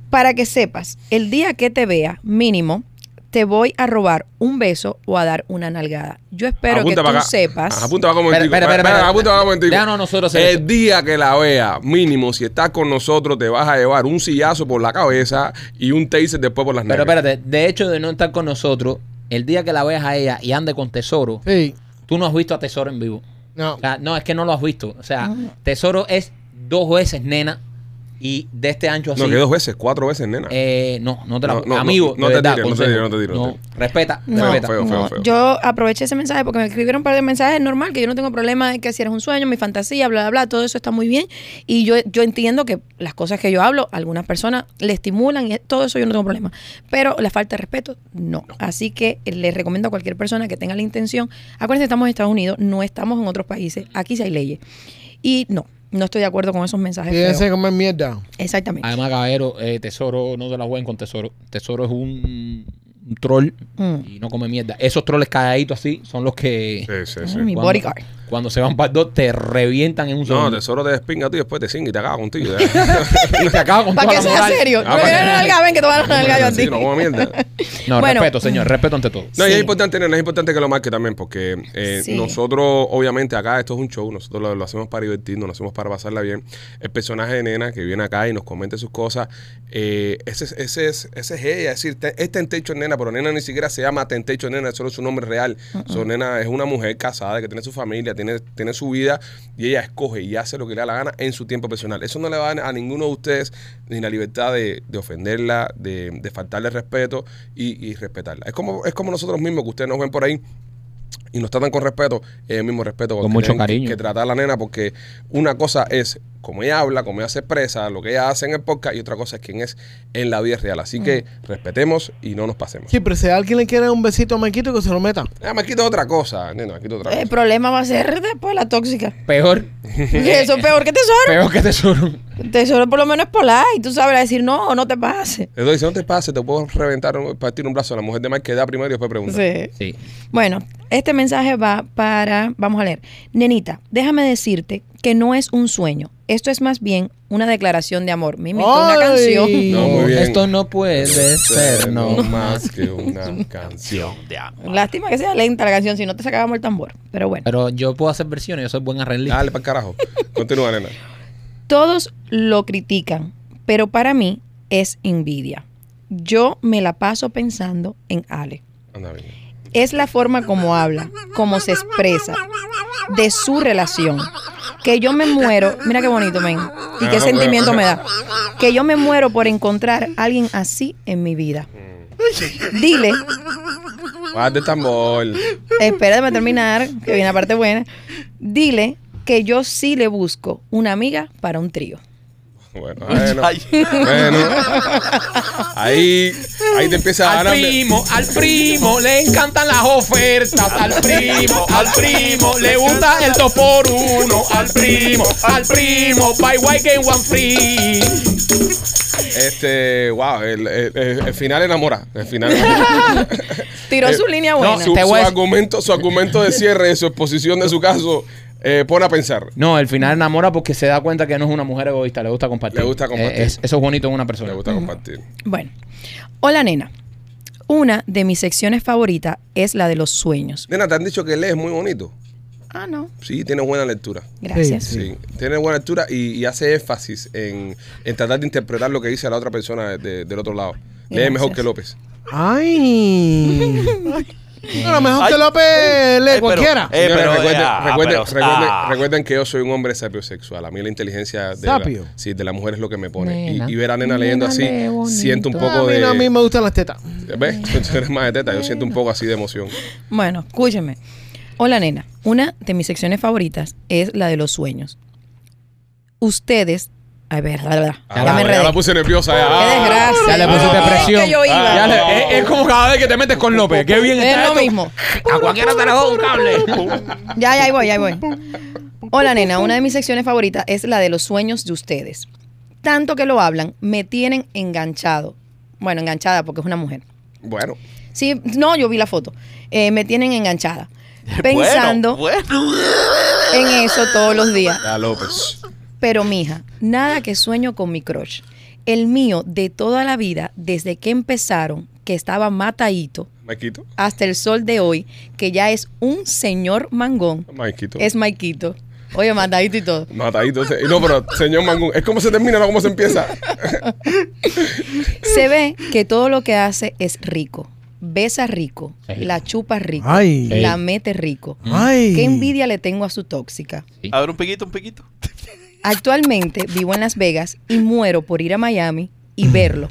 S5: Para que sepas, el día que te vea, mínimo, te voy a robar un beso o a dar una nalgada. Yo espero
S1: apunta
S5: que tú
S1: para acá.
S5: sepas.
S1: Ajá, apunta para acá un momentico.
S2: Espera, espera, espera, espera.
S1: apunta para acá un momentico.
S2: Déjanos nosotros hacer
S1: El
S2: eso.
S1: día que la vea, mínimo, si estás con nosotros, te vas a llevar un sillazo por la cabeza y un taser después por las
S2: Pero
S1: nalgas.
S2: espérate, de hecho de no estar con nosotros, el día que la veas a ella y ande con Tesoro,
S4: Sí.
S2: tú no has visto a Tesoro en vivo.
S4: No.
S2: O sea, no, es que no lo has visto. O sea, Tesoro es dos veces nena y de este ancho así.
S1: No, que dos veces, cuatro veces, nena.
S2: Eh, no, no te la
S1: No, no,
S2: Amigo,
S1: no, no te
S2: de
S1: tires, no
S2: verdad,
S1: te
S2: consejo.
S1: tires, no te tires, no te
S2: respeta,
S5: No,
S2: respeta.
S1: feo, feo,
S5: no.
S1: feo.
S5: Yo aproveché ese mensaje porque me escribieron un par de mensajes normal, que yo no tengo problema de que si eres un sueño, mi fantasía, bla, bla, bla, todo eso está muy bien. Y yo, yo entiendo que las cosas que yo hablo, algunas personas le estimulan y todo eso yo no tengo problema. Pero la falta de respeto, no. Así que les recomiendo a cualquier persona que tenga la intención, acuérdense, estamos en Estados Unidos, no estamos en otros países, aquí sí hay leyes. Y no, no estoy de acuerdo con esos mensajes. feos.
S4: Fíjense comer mierda.
S5: Exactamente.
S1: Ah,
S2: Además, caballero, eh, Tesoro, no se la jueguen con Tesoro. Tesoro es un, un troll
S5: Mm.
S2: y no come mierda. Esos troles calladitos así son los que
S1: Sí, sí, sí.
S5: Ah, mi bodyguard.
S2: cuando se van para el dos te revientan en un
S1: No,
S2: segundo.
S1: tesoro te despinga tú y después te cinga y te acaba contigo.
S2: Y te acaba con
S5: Para
S2: toda
S5: que
S2: la
S5: sea
S2: moral.
S5: serio.
S1: Ah,
S5: no,
S1: para
S5: quiero
S1: que-
S5: nalga, ven que te van a dar nalga yo a
S1: Sí,
S5: ti.
S1: no, como mierda.
S2: No,
S5: Bueno.
S2: respeto, señor. Respeto ante todo.
S1: No, y
S5: Sí.
S1: es importante, no, es importante que lo marque también, porque eh,
S5: Sí.
S1: nosotros, obviamente, acá esto es un show, nosotros lo, lo hacemos para divertirnos, lo hacemos para pasarla bien. El personaje de nena que viene acá y nos comenta sus cosas, eh, ese, es- ese, es, ese es ella, es decir, te- es Tentecho Nena, pero nena ni siquiera se llama Tentecho Nena, es solo su nombre real. So, nena es una mujer casada que tiene su familia, tiene, tiene su vida y ella escoge y hace lo que le da la gana en su tiempo personal. Eso no le va a, a ninguno de ustedes ni la libertad de, de ofenderla, de, de faltarle respeto y, y respetarla. Es como, es como nosotros mismos que ustedes nos ven por ahí y nos tratan con respeto, es el mismo respeto con,
S2: Con
S1: que
S2: mucho
S1: tienen que-
S2: cariño.
S1: Que, tratar a la nena, porque una cosa es como ella habla, como ella se expresa, lo que ella hace en el podcast, y otra cosa es quién es en la vida real. Así que respetemos y no nos pasemos.
S4: Sí, pero si alguien le quiere un besito a Maquito, que se lo meta.
S1: Ah, me quito otra cosa, nena, me quito otra
S5: El
S1: cosa.
S5: problema va a ser después la tóxica.
S2: Peor.
S5: Que Eso es peor que tesoro.
S2: Peor que Tesoro.
S5: Tesoro por lo menos es polar y tú sabes decir no, no te pases.
S1: Entonces dice, no te pases, te puedo reventar, un- partir un brazo a la mujer de Mike que da primero y después pregunta.
S5: Sí.
S2: Sí.
S5: Bueno, este mensaje va para, vamos a leer. Nenita, déjame decirte que no es un sueño. Esto es más bien una declaración de amor. Me inventó una
S4: ¡Ay!
S5: canción.
S1: No, muy bien.
S2: Esto no puede ser, no.
S1: más que una canción.
S5: Lástima que sea lenta la canción, si no te sacábamos el tambor. Pero bueno.
S2: Pero yo puedo hacer versiones, yo soy buen arreglista.
S1: Dale para carajo. Continúa, nena.
S5: Todos lo critican, pero para mí es envidia. Yo me la paso pensando en Ale.
S1: Anda bien.
S5: es la forma como habla, como se expresa, de su relación. Que yo me muero, mira qué bonito, men, y qué
S1: Ah,
S5: sentimiento me
S1: bueno.
S5: da. Que yo me muero por encontrar a alguien así en mi vida. Dile,
S1: Guarda el tambor.
S5: espérame terminar, que viene la parte buena. Dile que yo sí le busco una amiga para un trío.
S1: Bueno, bueno.
S3: Ay.
S1: bueno. Ahí, ahí te empieza a
S2: Al
S1: ganar.
S2: primo, al primo le encantan las ofertas. Al primo, al primo le gusta el 2 por 1 Al primo, al primo, buy one get one free.
S1: Este, wow, el, el- el- el final enamora. El final enamora.
S5: Tiró su línea buena.
S1: su,
S2: Te
S1: su
S2: voy a-
S1: argumento, su argumento de cierre, de su exposición de su caso, eh, pone a pensar.
S2: No, al final enamora porque se da cuenta que no es una mujer egoísta, le gusta compartir.
S1: Le gusta compartir.
S2: Eh, es- eso es bonito en una persona.
S1: Le gusta compartir.
S5: Bueno, hola nena. Una de mis secciones favoritas es la de los sueños.
S1: Nena, te han dicho que lees muy bonito.
S5: Ah, no.
S1: Sí, tienes buena lectura.
S5: Gracias.
S4: Sí,
S1: Sí, tiene buena lectura y, y hace énfasis en, en tratar de interpretar lo que dice la otra persona de- de- del otro lado. Lee
S5: Gracias.
S1: mejor que López.
S4: Ay. No, lo mejor que López
S3: Ay,
S4: lee
S3: pero-
S4: cualquiera.
S3: Eh,
S1: Señores,
S3: pero,
S1: recuerden,
S3: eh, ah,
S1: recuerden-
S3: pero,
S1: recuerden-
S3: ah.
S1: recuerden que yo soy un hombre sapiosexual. A mí la inteligencia de,
S4: Sapio.
S1: La, sí, de la mujer es lo que me pone. Y-
S2: Nena.
S1: Y, ver a nena leyendo así, siento un
S4: a,
S1: poco
S4: mí,
S1: de...
S4: no, a mí me gustan las tetas.
S1: ¿Ves? Tú eres más de teta. Yo siento un poco así de emoción.
S5: Bueno, escúcheme. Hola nena. Una de mis secciones favoritas es la de los sueños. Ustedes. A ver, la verdad.
S1: Ah,
S5: ya
S1: ya
S5: me enredé.
S1: la puse nerviosa. ya.
S5: Qué desgracia.
S2: Ya le pusiste
S5: Ah,
S2: presión.
S5: que yo iba.
S2: Ya le- es, es como cada vez que te metes con López. Qué bien
S5: Es
S2: está
S5: lo
S2: esto.
S5: mismo.
S2: A cualquiera te le doy un cable.
S5: Ya, ya ahí voy, ya ahí voy. Hola, nena. Una de mis secciones favoritas es la de los sueños de ustedes. Tanto que lo hablan, me tienen enganchado. Bueno, enganchada porque es una mujer.
S1: Bueno,
S5: Sí, no, yo vi la foto. Eh, me tienen enganchada. Pensando
S3: Bueno, bueno.
S5: en eso todos los días.
S1: a López.
S5: Pero, mija, nada que sueño con mi crush. El mío de toda la vida, desde que empezaron, que estaba matadito,
S1: Maikito.
S5: hasta el sol de hoy, que ya es un señor mangón,
S1: Maikito.
S5: es Maikito. Oye, matadito y todo.
S1: Matadito. se- No, pero señor Mangún, ¿es cómo se termina, no cómo se empieza?
S5: Se ve que todo lo que hace es rico. Besa rico,
S2: Sí.
S5: la chupa rico,
S4: Ay.
S5: la mete rico.
S4: Ay.
S5: Qué envidia le tengo a su tóxica.
S3: A ver, un piquito, un piquito.
S5: Actualmente vivo en Las Vegas y muero por ir a Miami y verlo.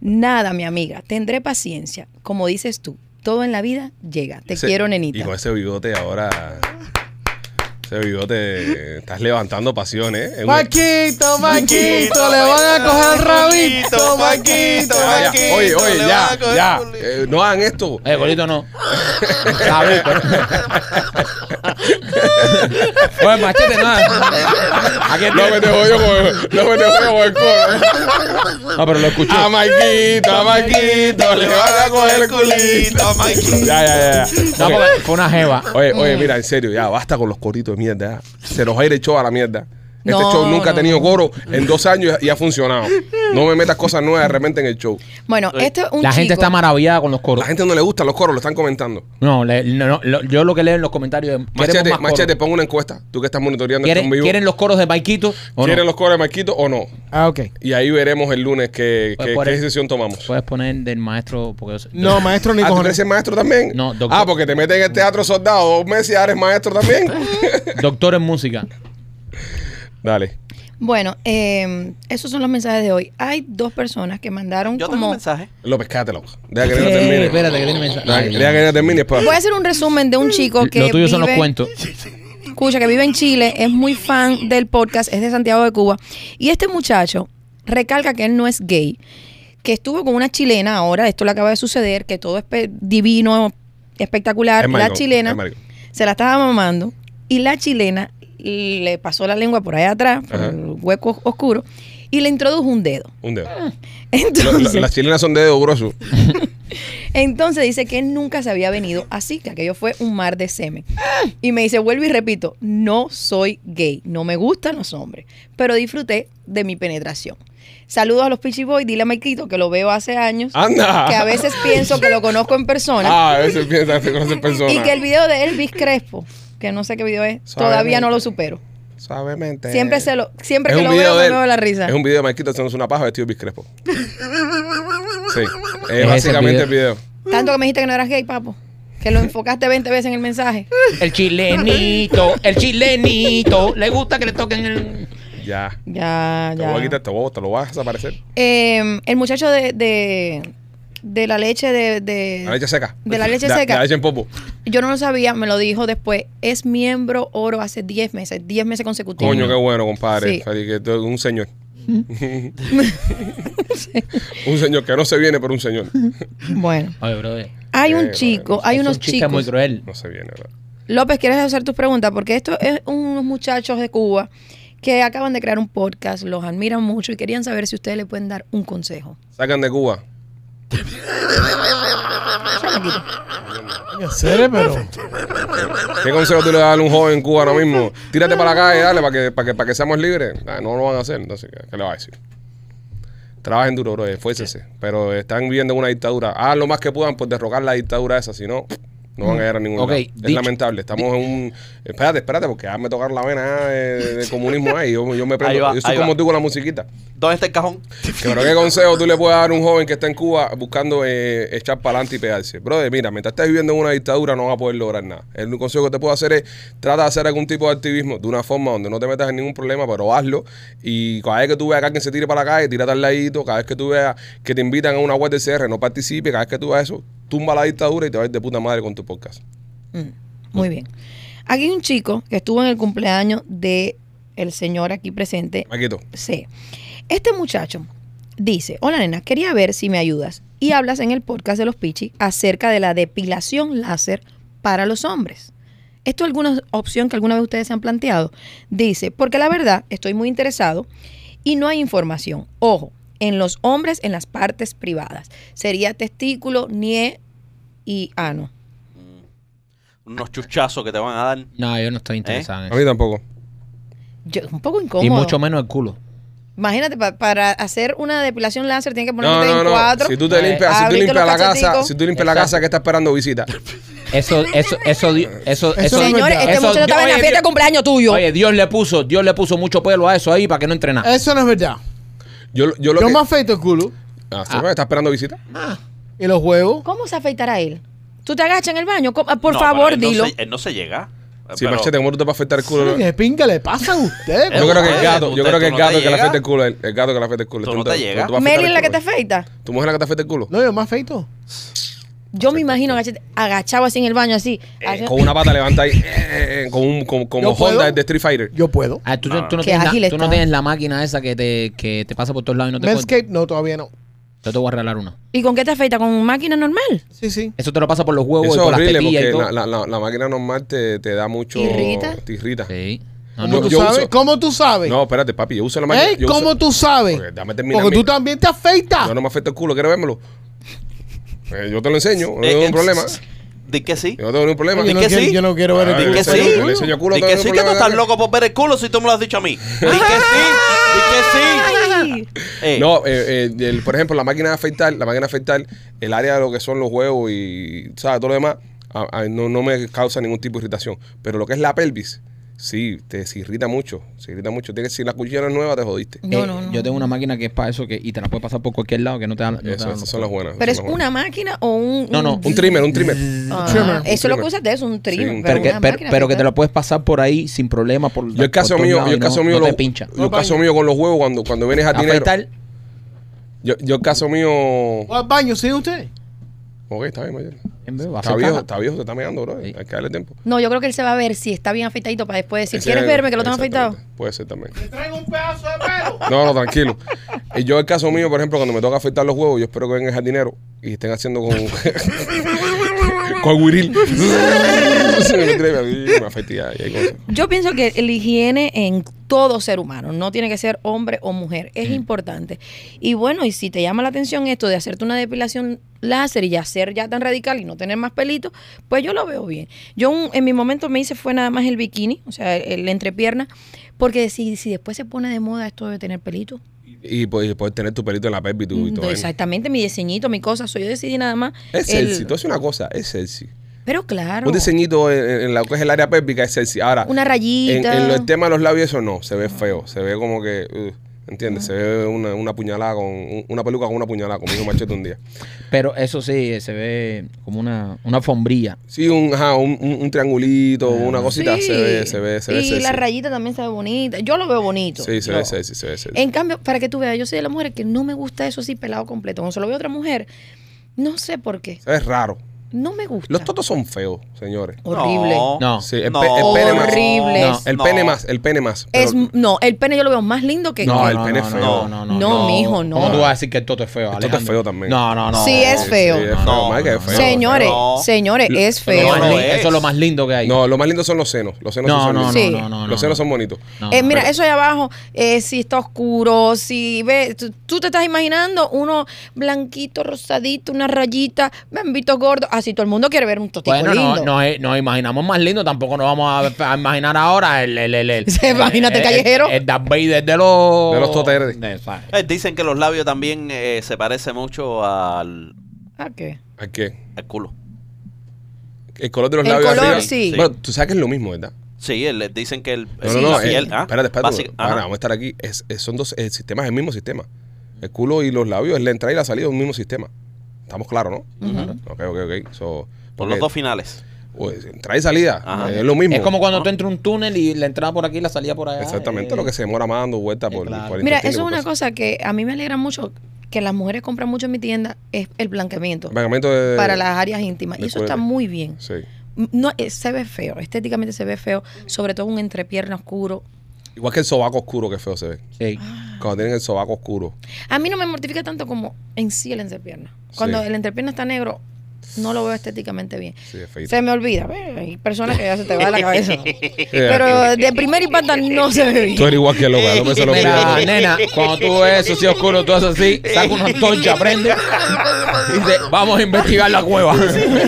S5: Nada, mi amiga, tendré paciencia. Como dices tú, todo en la vida llega. Te
S1: Ese-
S5: quiero,
S1: Y
S5: nenita.
S1: con ese bigote ahora. Ese bigote. eh, Estás levantando pasión, ¿eh? Es un-
S4: Maquito, Maquito, le van a coger el rabito, Maquito.
S1: Ah, Ya, ya.
S3: Maquito,
S1: Oye, oye,
S3: le van
S1: ya,
S3: a coger
S1: ya.
S3: puli-
S1: Eh, no hagan esto.
S2: Eh, bolito no. Sabe, pero- Oye, machete, nada. Aquí
S1: Lo que
S2: está.
S1: te jodió con lo que te jodió con el coro.
S2: No, pero lo escuché.
S1: A Maikito, a Maikito, le van a coger el culito.
S3: a Maikito.
S1: Ya, ya, ya.
S2: No,
S1: Ok.
S2: porque fue una jeva.
S1: Oye, oye, mira, en serio, ya basta con los coritos de mierda. ya. Se nos ha ido el show a la mierda. Este
S5: No,
S1: show nunca ha
S5: no,
S1: tenido
S5: no.
S1: coro en dos años y ha funcionado. No me metas cosas nuevas de repente en el show.
S5: Bueno, esto es un
S2: La gente
S5: chico-
S2: está maravillada con los
S1: La
S2: coros.
S1: gente no le gustan los coros, lo están comentando.
S2: No, le- no, no, lo- yo lo que leo en los comentarios es.
S1: Machete,
S2: queremos más
S1: machete,
S2: coros.
S1: pon una encuesta. Tú que estás monitoreando esto en
S2: ¿Quieren,
S1: vivo.
S2: quieren los coros de Paikito? o no?
S1: ¿Quieren los coros de Marquito o no?
S4: Ah, ok.
S1: Y ahí veremos el lunes qué,
S2: Pues
S1: qué-
S2: por Pues,
S1: qué
S2: el-
S1: decisión tomamos.
S2: Puedes poner del maestro. Porque yo sé-
S4: No, maestro ni
S1: Ah, ¿tú
S4: cojones.
S1: quieres ser maestro también?
S2: No, doctor.
S1: Ah, porque te meten en el teatro soldado dos meses y ahora eres maestro también.
S2: Doctor en música.
S1: Dale.
S5: Bueno, eh, esos son los mensajes de hoy. Hay dos personas que mandaron
S3: Yo tengo un
S5: como...
S3: mensaje.
S1: López, cátelo. Deja que ella
S2: Eh,
S1: termine.
S2: espérate, que tiene mensaje.
S1: Deja, deja que ella termine. pues. después.
S5: Voy a hacer un resumen de un chico que
S2: Lo tuyo son los
S5: vive-
S2: cuentos.
S5: Escucha, que vive en Chile, es muy fan del podcast, es de Santiago de Cuba. Y este muchacho recalca que él no es gay, que estuvo con una chilena ahora, esto le acaba de suceder, que todo es pe- divino, espectacular.
S1: Es
S5: la
S1: maricón,
S5: chilena
S1: es maricón.
S5: se la estaba mamando y la chilena le pasó la lengua por allá atrás, por
S1: Ajá.
S5: el hueco oscuro, y le introdujo un dedo.
S1: Un dedo. Lo- lo-
S5: Entonces,
S1: las chilenas son de dedo grueso.
S5: entonces dice que él nunca se había venido así, que aquello fue un mar de semen. Y me dice, vuelvo y repito, no soy gay, no me gustan los hombres, pero disfruté de mi penetración. Saludos a los Peachy Boys, dile a Maikito que lo veo hace años,
S1: Anda.
S5: que a veces pienso que lo conozco en persona
S1: Ah, a veces piensan que conoces personas.
S5: y que el video de Elvis Crespo, que no sé qué video es,
S1: Suavemente.
S5: todavía no lo supero.
S1: Suavemente.
S5: Siempre se lo, siempre
S1: Es
S5: que
S1: un
S5: lo
S1: video
S5: veo
S1: de
S5: me
S1: él.
S5: veo la risa.
S1: Es un video de Marquito haciéndose una paja vestido de Elvis Crespo. Sí.
S2: ese
S1: Es
S2: el
S1: básicamente el video.
S5: Tanto que me dijiste que no eras gay, papo, que lo enfocaste 20 veces en el mensaje.
S2: El chilenito, el chilenito. Le gusta que le toquen el.
S1: Ya.
S5: Ya,
S1: Te
S5: ya.
S1: voy a quitar, te voy a- te lo vas a desaparecer.
S5: Eh, el muchacho de, de, de la leche de, de-
S1: La leche seca.
S5: Eh, De la leche seca.
S1: La leche en popo.
S5: Yo no lo sabía, me lo dijo después. Es miembro oro hace 10 meses, 10 meses consecutivos.
S1: Coño, qué bueno, compadre.
S5: Sí.
S1: Feliz que tú eres un señor. un señor que no se viene, pero un señor.
S5: Bueno.
S2: Oye, brother.
S5: Hay
S1: Eh,
S5: un
S1: no,
S5: chico,
S1: no,
S5: hay
S2: es
S5: unos
S2: un chiste muy
S5: chicos.
S2: cruel.
S1: No se viene, ¿verdad?
S5: López, ¿quieres hacer tus preguntas? Porque esto es unos muchachos de Cuba que acaban de crear un podcast, los admiran mucho y querían saber si ustedes le pueden dar un consejo.
S1: Sacan de Cuba.
S4: En serio, pero.
S1: ¿Qué consejo tú le das a un joven en Cuba ahora mismo? Tírate para la calle, dale, para que, para que, para que seamos libres. Ah, no lo van a hacer, entonces, ¿qué, qué le vas a decir? Trabajen duro, bro, esfuércense. Pero están viviendo en una dictadura. Hagan lo más que puedan por derrocar la dictadura esa, si no, no van a llegar a ningún
S2: Ok,
S1: lado.
S2: dicho-
S1: es lamentable. Estamos en un... Espérate, espérate, porque me tocar la vena eh, de, de comunismo ahí. Yo, yo me prendo.
S3: Ahí va,
S1: yo soy
S3: ahí
S1: como
S3: va.
S1: tú con la musiquita.
S3: ¿Dónde está el cajón?
S1: Que, Pero qué consejo tú le puedes dar a un joven que está en Cuba buscando eh, echar para adelante y pegarse. Brother, mira, mientras estés viviendo en una dictadura no vas a poder lograr nada. El único consejo que te puedo hacer es trata de hacer algún tipo de activismo de una forma donde no te metas en ningún problema, pero hazlo. Y cada vez que tú veas que alguien se tire para la calle, tírate al ladito. Cada vez que tú veas que te invitan a una web de CR, no participe. Cada vez que tú veas eso, tumba la dictadura y te vas a ir de puta madre con tu podcast.
S5: Mm, Muy bien. Aquí hay un chico que estuvo en el cumpleaños de el señor aquí presente,
S1: Maquito,
S5: Sí. Este muchacho dice, hola nena, quería ver si me ayudas. Y hablas en el podcast de los Pichi acerca de la depilación láser para los hombres. ¿Esto es alguna opción que alguna vez ustedes se han planteado? Dice, porque la verdad estoy muy interesado y no hay información. Ojo, en los hombres, en las partes privadas. Sería testículo, nie y ano.
S3: Unos chuchazos que te van a dar.
S2: No, yo no
S5: ¿Eh?
S2: estoy interesado
S1: a
S2: en eso.
S1: mí tampoco.
S5: Yo- un poco incómodo.
S2: Y mucho menos el culo.
S5: Imagínate, pa- para hacer una depilación láser tiene que
S1: No,
S5: ponerte
S1: no,
S5: en
S1: no.
S5: cuatro.
S1: Si
S5: Pues,
S1: tú te
S2: Eh,
S1: limpias, si tú
S5: abrirte
S1: limpias
S5: los
S1: la casa,
S5: cacheticos.
S1: si tú limpias la
S2: Exacto.
S1: casa que está esperando visita.
S2: Eso, eso, eso, di- eso, eso,
S4: Eso es
S5: Señores,
S4: verdad.
S5: este
S2: eso-
S5: muchacho estaba en la
S2: oye,
S5: fiesta de
S2: Dios-
S5: cumpleaños tuyo.
S2: Oye, Dios le puso, Dios le puso mucho pelo a eso ahí para que no
S5: Ah.
S2: entrenara.
S4: Eso no es verdad.
S1: Yo, yo lo
S4: Yo
S1: que-
S4: me afeito el culo
S1: Ah, sí, ¿Estás esperando visita?
S4: y los huevos.
S5: ¿Cómo se afeitará él? ¿Tú te agachas en el baño? ¿Cómo? Ah, Por
S3: No,
S5: favor,
S3: pero él no
S5: dilo.
S3: se- él no se llega.
S1: Sí,
S3: Ah, Pero-
S1: machete, ¿cómo tú te vas a afectar el culo?
S4: ¿Qué pinga le pasa a
S1: Yo
S4: usted?
S1: creo que el
S3: Ustedes,
S1: gato, yo
S3: ustedes,
S1: creo que
S3: tú
S1: el
S3: no te
S1: gato que le
S3: llegas.
S1: afecta el culo, el, el gato que le afecta el culo.
S3: Tú no te llegas.
S1: vas a afectar
S5: ¿Meli es
S1: el
S5: la que te
S1: culo.
S5: afeita?
S1: ¿Tu mujer es la que te afecta el culo?
S4: No, yo me afeito.
S5: Yo me imagino agachate- agachado así en el baño, así.
S1: Eh,
S5: así.
S1: con una pata levanta ahí, eh, eh, con un, con, como
S4: Yo puedo.
S1: Honda de Street Fighter.
S4: Yo puedo.
S2: Ah, tú, tú no
S5: Qué
S2: tienes la,
S5: ágil
S2: tú no
S5: está.
S2: tienes la máquina esa que te, que te pasa por todos lados y no te cuenta.
S4: Manscape, no, todavía no.
S2: Yo te voy a regalar una.
S5: ¿Y con qué te afeita? ¿Con máquina normal?
S4: Sí, sí.
S2: Eso te lo pasa por los huevos
S1: Eso es
S2: y por las
S1: horrible
S2: tetillas
S1: porque
S2: y todo.
S1: la, la- la- la máquina normal te, te da mucho.
S5: ¿Te irrita?
S1: Te irrita.
S2: Sí. No,
S4: ¿Cómo
S2: no. eh,
S1: Yo-
S4: tú
S1: yo
S4: sabes?
S1: uso-
S4: ¿Cómo tú sabes?
S1: No, espérate, papi, yo uso la máquina.
S4: ¿Eh?
S1: yo
S4: ¿Cómo
S1: uso-
S4: tú sabes?
S1: Ok, dame terminar
S4: Porque
S1: mi-
S4: tú también te afeitas.
S1: Yo no me afecta el culo, ¿quieres vérmelo? Eh, yo te lo enseño, no
S3: Eh,
S1: tengo
S3: eh,
S1: ningún problema.
S3: Di que sí.
S1: Yo no tengo ningún problema.
S4: Yo no
S3: ¿Y qué
S4: quiero,
S3: sí?
S4: yo no quiero ver el
S1: Ah,
S3: Di
S4: culo.
S3: que
S1: enseño-
S3: sí.
S1: yo le enseño culo,
S3: Di
S1: no
S3: que
S1: tengo
S3: sí que tú
S1: problema,
S3: estás
S1: ¿no?
S3: loco por ver el culo si tú me lo has dicho a mí. Di que sí.
S5: Ay.
S3: Di que sí. Eh,
S1: No, eh, eh, el- por ejemplo, la máquina de afeitar, la máquina de afeitar, el área de lo que son los huevos y, ¿sabes? Todo lo demás, a- a- no, no me causa ningún tipo de irritación. Pero lo que es la pelvis, sí, te se irrita mucho, se irrita mucho. Tienes, si la cuchilla no es nueva, te jodiste.
S5: No,
S2: Eh,
S5: no, no.
S2: Yo tengo una máquina que es para eso que, y te la puedes pasar por cualquier lado que no te da. no te da-
S1: Eso,
S2: no
S1: esas
S2: te
S1: son
S2: da.
S1: las buenas.
S5: ¿Pero es
S1: esas son las
S5: una máquina o un...?
S2: No, no,
S5: un-
S1: buenas. Un trimmer, un trimmer.
S5: Ah,
S4: Trimmer.
S5: eso es lo que
S1: Trimmer.
S5: usaste, es un trimmer.
S1: Sí, un
S2: Pero,
S5: una
S2: que, pero,
S5: máquina
S2: pero que te
S5: afeitar.
S2: lo puedes pasar por ahí sin problema. Por,
S1: Yo el caso
S2: por todos
S1: mío,
S2: lados
S1: yo
S2: y
S1: el
S2: no-
S1: caso mío,
S2: no
S1: lo-
S2: te pincha.
S1: yo el caso mío con los huevos cuando, cuando vienes a dinero.
S2: Afeitar,
S1: Yo, yo el caso mío.
S4: ¿Va al baño, sí, usted?
S1: Ok, está bien, Mayer.
S2: en vez,
S1: Está
S2: afeitar.
S1: viejo, está viejo, te está meando, bro.
S2: Sí.
S1: Hay que darle tiempo.
S5: No, yo creo que él se va a ver si está bien afeitadito para después decir,
S1: Ese
S5: ¿quieres
S1: es-
S5: verme que lo tengo afeitado?
S1: exactamente. Puede ser también.
S4: Traigo un pedazo de pelo.
S1: No, no, tranquilo. Y yo, el caso mío, por ejemplo, cuando me toca afeitar los huevos, yo espero que venga el jardinero y estén haciendo con. con guiril. me afeité y hay cosas.
S5: Yo pienso que la higiene en todo ser humano, no tiene que ser hombre o mujer, es importante. Y bueno, y si te llama la atención esto de hacerte una depilación láser y ya ser ya tan radical y no tener más pelitos, pues yo lo veo bien. Yo un- en mi momento me hice fue nada más el bikini, o sea, el, el entrepierna, porque si, si después se pone de moda esto de tener pelitos,
S1: Y, pues, poder tener tu pelito en la pelvis y
S5: Mm,
S1: tu- y todo. eso.
S5: exactamente mi diseñito, mi cosa, soy yo decidí nada más.
S1: Es
S5: el-
S1: sexy. Tú haces una cosa, es sexy.
S5: pero claro,
S1: Un diseñito en, en la que es el área pélvica es sexy. Ahora,
S5: una
S1: en,
S5: rayita.
S1: en lo- el tema de los labios, eso no. Se ve feo. Se ve como que. uh, ¿Entiendes? Se ve una, una puñalada con. un- Una peluca con una puñalada, como dijo Machete un día.
S2: Pero eso sí, eh, se ve como una, una alfombría.
S1: Sí, un, ajá, un, un- un triangulito, una cosita,
S5: Ah. Sí.
S1: se ve, se ve, se ve.
S5: Y
S1: sexy.
S5: la rayita también se ve bonita. Yo lo veo bonito.
S1: Sí, se
S5: Yo-
S1: ve sexy, se ve sexy.
S5: En cambio, para que tú veas, yo soy de las mujeres que no me gusta eso así pelado completo. Cuando se lo veo a otra mujer, no sé por qué.
S1: Se ve raro.
S5: No me gusta.
S1: Los totos son feos, señores.
S5: Horrible.
S2: No.
S1: Sí, el, pe- el pene más.
S5: Horrible.
S2: No,
S1: El
S3: No.
S1: pene más, el pene más. pero-
S5: Es, no, el pene yo lo veo más lindo que
S1: No,
S5: que-
S1: el pene es feo.
S5: No, mijo, no.
S2: ¿Cómo tú vas a decir que el toto es feo?
S1: El toto es
S2: Alejandro?
S1: feo también.
S2: No, no, no.
S5: Sí, es
S1: Sí,
S5: feo.
S1: sí, es feo,
S3: No,
S1: Mike, es
S2: no, eh,
S1: feo.
S5: señores,
S3: No.
S5: señores, es
S2: Eso es
S5: feo.
S2: lo más
S3: No
S2: li-
S3: es.
S2: Eso es lo más lindo que hay.
S1: No, lo más lindo son los senos. Los senos sí
S2: no,
S1: son
S2: no,
S1: lindos.
S5: Sí.
S2: no, no, no,
S1: Los
S2: no.
S1: senos son bonitos.
S2: No,
S5: Eh,
S2: no.
S5: mira, eso de abajo, eh, si está oscuro, si ve, tú, tú te estás imaginando uno blanquito, rosadito, una rayita, bambito gordo. así todo el mundo quiere ver un totico
S2: Bueno,
S5: lindo.
S2: no, no, eh, nos imaginamos más lindo, tampoco nos vamos a, a imaginar ahora el... el, el, el-
S5: Se imagínate
S2: el-
S5: callejero.
S2: El, el Darth Vader de los...
S1: De los toteres.
S2: de- ¿sabes?
S3: Eh, dicen que los labios también eh, se parece mucho al,
S5: ¿A qué?
S1: ¿A qué?
S3: al culo.
S1: El color de los
S5: El
S1: labios
S5: color,
S1: arriba.
S5: sí.
S1: Bueno, tú sabes que es lo mismo, ¿verdad?
S3: Sí, el- dicen que el.
S1: No, no,
S3: sí,
S1: no.
S3: la
S1: eh,
S3: piel, ah,
S1: espérate, espérate.
S3: básica-
S1: ahora
S3: ajá.
S1: vamos a estar aquí. Es- es- son dos eh, sistemas, el mismo sistema. El culo y los labios, es la entrada y la salida, es un mismo sistema. Estamos claros, ¿no? Ok, ok, ok. So,
S3: Por
S1: porque-
S3: los dos finales.
S1: pues, entrada y salida,
S3: Ajá.
S1: eh, es lo mismo.
S2: Es como cuando tú entras a un túnel y la entrada por aquí y la salida por allá.
S1: Exactamente
S2: eh,
S1: lo que se demora más dando vueltas por,
S2: claro.
S1: por el
S5: Mira, eso
S1: intestino,
S5: es
S1: por
S5: una
S1: cosas.
S5: cosa que a mí me alegra mucho que las mujeres compran mucho en mi tienda, es el blanqueamiento
S1: Vagamiento de-
S5: para las áreas íntimas. Y
S1: de
S5: eso está
S1: cuero.
S5: muy bien.
S1: Sí.
S5: No, eh, se ve feo, estéticamente se ve feo, sobre todo un entrepierna oscuro.
S1: Igual que el sobaco oscuro, que feo se ve.
S2: Sí.
S1: Cuando tienen el sobaco oscuro.
S5: A mí no me mortifica tanto como en sí el entrepierna. Cuando
S1: Sí.
S5: el entrepierna está negro, no lo veo estéticamente bien.
S1: Sí, es feito.
S5: Se me olvida. ve, Hay personas que ya se te va la cabeza. Pero de primer impacto no se ve
S1: Tú
S5: bien.
S1: eres igual que loca, no me se lo
S2: Mira,
S1: pido.
S2: nena, cuando tú ves eso así oscuro, tú haces así, saca una antorcha, prende y dice, vamos a investigar la cueva.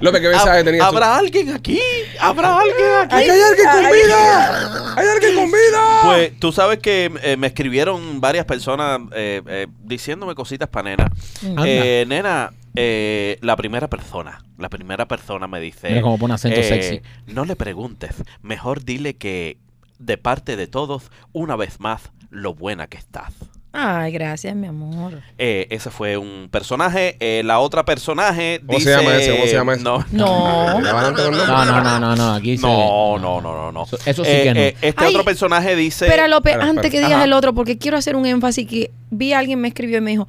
S1: López, ¿qué mensaje tenías tú?
S3: Ah, ¿Habrá alguien aquí? ¿Habrá alguien aquí?
S1: ¡Hay alguien con vida! ¡Hay alguien con vida!
S3: Pues tú sabes que eh, me escribieron varias personas eh, eh, diciéndome cositas para nena.
S2: Anda.
S3: Eh, nena, eh, la primera persona, la primera persona me dice...
S2: Mira cómo pone acento sexy.
S3: Eh, No le preguntes, mejor dile que de parte de todos, una vez más, lo buena que estás.
S5: Ay, gracias, mi amor.
S3: Eh, ese fue un personaje. eh, la otra personaje
S1: ¿Cómo se
S3: dice...
S1: llama ese? ¿Cómo se llama ese?
S3: No,
S5: No.
S1: Ya van antes con el nombre.
S2: No, no, no, no, no, aquí se-
S3: no, no, no, no, no.
S2: Eso- eso sí que no.
S3: este
S5: Ay,
S3: otro personaje dice...
S5: Pero López,
S1: Espera,
S5: antes
S1: espera.
S5: que digas
S3: Ajá.
S5: el otro, porque quiero hacer un énfasis que vi a alguien me escribió y me dijo,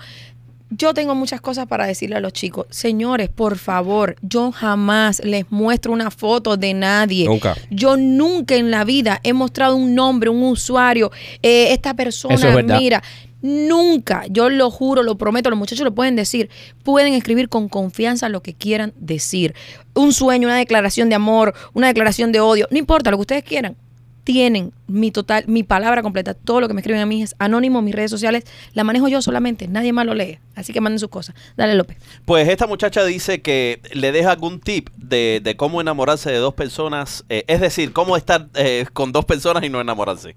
S5: yo tengo muchas cosas para decirle a los chicos. Señores, por favor, yo jamás les muestro una foto de nadie.
S1: Nunca.
S5: Yo nunca en la vida he mostrado un nombre, un usuario, eh, esta persona,
S2: Eso es verdad.
S5: mira. Nunca, yo lo juro, lo prometo, los muchachos lo pueden decir, pueden escribir con confianza lo que quieran decir. Un sueño, una declaración de amor, una declaración de odio, no importa lo que ustedes quieran. Tienen mi total, mi palabra completa, todo lo que me escriben a mí es anónimo, mis redes sociales, la manejo yo solamente, nadie más lo lee. Así que manden sus cosas. Dale, López.
S3: Pues esta muchacha dice que le deja algún tip de, de cómo enamorarse de dos personas, eh, es decir, cómo estar eh, con dos personas y no enamorarse.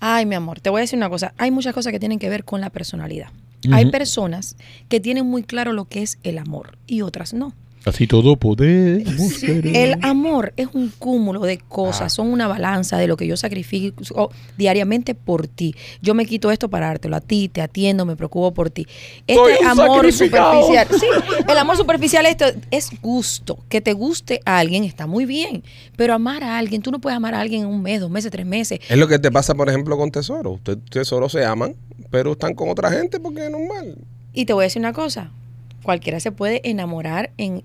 S5: Ay, mi amor, te voy a decir una cosa. Hay muchas cosas que tienen que ver con la personalidad. Hay personas que tienen muy claro lo que es el amor y otras no.
S6: Así todo podemos.
S5: El amor es un cúmulo de
S2: Ah.
S5: cosas, son una balanza de lo que yo sacrifico diariamente por ti. Yo me quito esto para dártelo a ti, te atiendo, me preocupo por ti.
S2: Soy
S5: Este
S2: un
S5: amor
S2: sacrificado.
S5: superficial, sí, el amor superficial esto es gusto, que te guste a alguien está muy bien, pero amar a alguien, tú no puedes amar a alguien en un mes, dos meses, tres meses,
S1: Es lo que te pasa, por ejemplo, con Tesoro. Ustedes Tesoro se aman, pero están con otra gente porque es normal.
S5: Y te voy a decir una cosa, cualquiera se puede enamorar en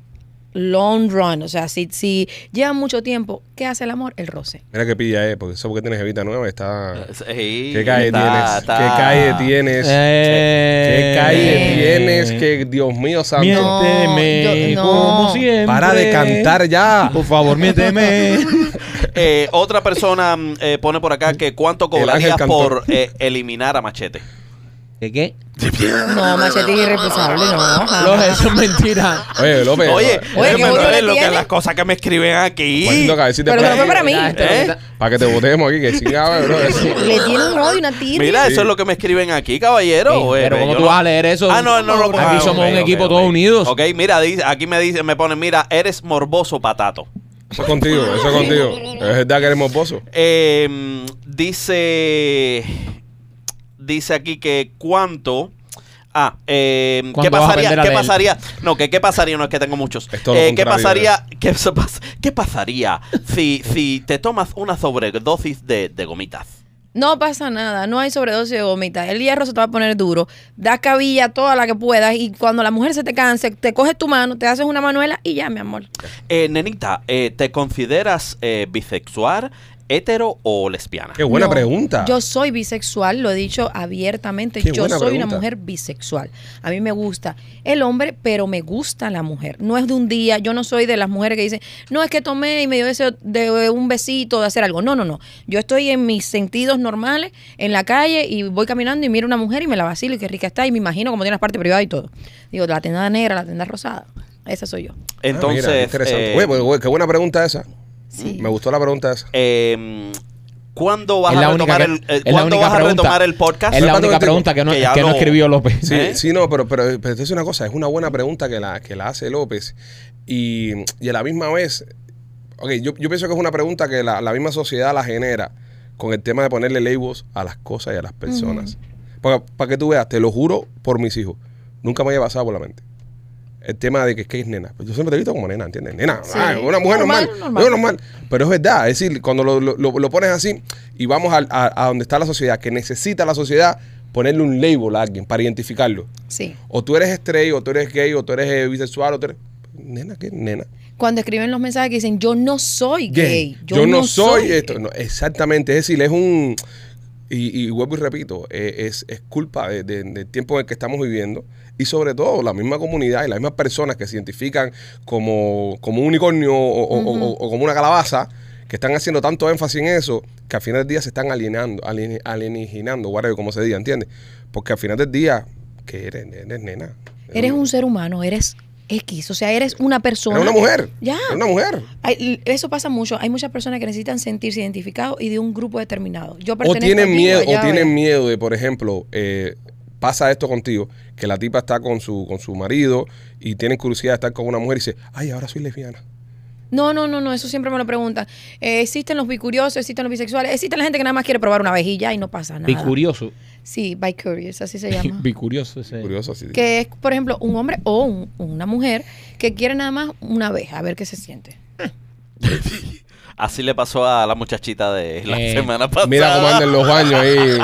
S5: long run, o sea, si, si lleva mucho tiempo, ¿qué hace el amor? El roce.
S1: Mira qué pilla es, porque eso porque tienes evita nueva
S3: Eh,
S1: está...
S3: Sí,
S1: ¿Qué calle
S3: está-
S1: tienes?
S3: está-
S1: ¿Qué calle tienes? ¿Qué
S2: Eh,
S1: calle
S5: eh.
S1: tienes? Que Dios mío santo.
S5: No.
S6: Miénteme,
S5: yo- no.
S6: como siempre.
S1: Para de cantar ya.
S6: Por favor, miénteme.
S3: Eh, otra persona mm, eh, pone por acá que cuánto
S1: El Ángel
S3: cobrarías
S1: Cantor.
S3: por eh, eliminar a Machete.
S2: ¿Qué qué?
S5: No, machete es irresponsable, no.
S2: No,
S5: jamás.
S2: eso es mentira.
S1: Oye, López.
S3: Oye,
S1: López,
S5: oye,
S3: oye,
S5: ¿qué otro le
S3: lo que
S5: tiene?
S3: las cosas que me escriben aquí.
S1: Juanito Cabecita,
S5: Pero
S1: para,
S5: no fue para mí.
S3: ¿Eh?
S1: para que te votemos aquí, que chingada, bro.
S5: Le tiene un odio, una tirria.
S3: Mira, eso es lo que me escriben aquí, caballero.
S2: Sí,
S3: Eh,
S2: pero ¿cómo
S3: yo
S2: tú
S3: no-
S2: vas a leer eso?
S3: Ah, no, no lo
S2: Aquí
S3: ah,
S2: somos
S3: ok,
S2: un
S3: ok,
S2: equipo
S3: ok.
S2: todos unidos.
S3: Ok, mira, dice- aquí me dicen, me ponen, mira, eres morboso patato.
S1: Eso es contigo, eso es contigo. Es verdad que eres moposo.
S3: Eh, dice. Dice aquí que cuánto. Ah, eh, ¿qué
S2: ¿Cuánto vas a vender
S3: pasaría?
S2: a
S3: ¿Qué
S2: Adele?
S3: pasaría? No, que qué pasaría, no es que tengo muchos.
S1: Es todo lo
S3: Eh, ¿Qué
S1: contrario,
S3: pasaría? ¿Qué, se pas- qué pasaría si, si te tomas una sobredosis de, de gomitas?
S5: No pasa nada, no hay sobredosis de gomita. El hierro se te va a poner duro. Das cabilla toda la que puedas y cuando la mujer se te canse, te coges tu mano, te haces una manuela y ya, mi amor.
S3: Eh, nenita, eh, ¿te consideras eh, bisexual, hetero o lesbiana?
S1: Qué buena
S5: No,
S1: pregunta.
S5: Yo soy bisexual, lo he dicho abiertamente.
S1: Qué
S5: yo
S1: buena
S5: soy una
S1: pregunta.
S5: mujer bisexual. A mí me gusta el hombre, pero me gusta la mujer. No es de un día. Yo no soy de las mujeres que dicen, no es que tomé y me dio deseo de un besito, de hacer algo. No, no, no. Yo estoy en mis sentidos normales, en la calle, y voy caminando y miro una mujer y me la vacilo y qué rica está. Y me imagino como tiene las partes privadas y todo. Digo, la tenda negra, la tenda rosada. Esa soy yo.
S3: Entonces,
S1: Ah, mira, qué interesante.
S3: eh,
S1: Oye, pues, güey, qué buena pregunta esa.
S5: Sí.
S1: Me gustó la pregunta esa.
S3: eh, ¿cuándo vas
S2: Es la
S3: a
S2: única
S3: retomar,
S2: que-
S3: el, eh,
S2: es la
S3: ¿cuándo
S2: única
S3: vas a
S2: pregunta.
S3: retomar el podcast?
S2: Es
S1: ¿Sabes
S2: la
S1: cuánto
S2: única
S1: que tengo?
S2: pregunta que no,
S3: Que ya
S2: que no
S3: lo-
S2: escribió López.
S1: Sí,
S3: ¿Eh?
S1: sí, no, pero, pero, pero te es una cosa, es una buena pregunta que la, que la hace López. Y, y a la misma vez, ok, yo, yo pienso que es una pregunta que la, la misma sociedad la genera con el tema de ponerle labels a las cosas y a las personas. Para, para que tú veas, te lo juro por mis hijos, nunca me había pasado por la mente. El tema de que, que es nena. Pues yo siempre te he visto como nena, ¿entiendes? Nena,
S5: Sí.
S1: ah, una mujer normal.
S5: Normal,
S1: yo Normal.
S5: normal.
S1: Pero es verdad, es decir, cuando lo, lo- lo- lo pones así y vamos al- a, a donde está la sociedad, que necesita la sociedad ponerle un label a alguien para identificarlo.
S5: Sí.
S1: O tú eres estrella, o tú eres gay, o tú eres eh, bisexual, o tú eres... Nena, ¿qué? Nena.
S5: Cuando escriben los mensajes que dicen, yo no soy gay.
S1: Yo, no, soy, esto. No, exactamente. Es decir, es un. Y, y vuelvo y repito, eh, es, es culpa de- de- del tiempo en el que estamos viviendo y sobre todo la misma comunidad y las mismas personas que se identifican como, como un unicornio o, o- o- o como una calabaza, que están haciendo tanto énfasis en eso, que al final del día se están alienando, alien- alieninando, whatever, como se diga, ¿entiendes? Porque al final del día, que eres, eres nena.
S5: Eres un ser humano, eres X. O sea, eres una persona.
S1: Eres una mujer.
S5: Ya.
S1: Eres una mujer.
S5: Hay- eso pasa mucho. Hay muchas personas que necesitan sentirse identificados y de un grupo determinado. Yo
S1: O
S5: pertenezco
S1: tienen
S5: aquí,
S1: miedo, o
S5: allá,
S1: tienen
S5: allá.
S1: miedo de, por ejemplo, eh, pasa esto contigo, que la tipa está con su, con su marido y tienen curiosidad de estar con una mujer y dice, ay, ahora soy lesbiana.
S5: No, no, no, no. Eso siempre me lo preguntan. Eh, existen los bicuriosos, existen los bisexuales, existe la gente que nada más quiere probar una vejilla y no pasa nada.
S2: Bicurioso.
S5: Sí, bicurious, así se llama.
S2: Bicurioso ese.
S1: Curioso así.
S5: que es, por ejemplo, un hombre o un- una mujer que quiere nada más una abeja, a ver qué se siente.
S3: Así le pasó a la muchachita de la
S2: Eh,
S3: semana pasada.
S1: Mira cómo andan los baños ahí.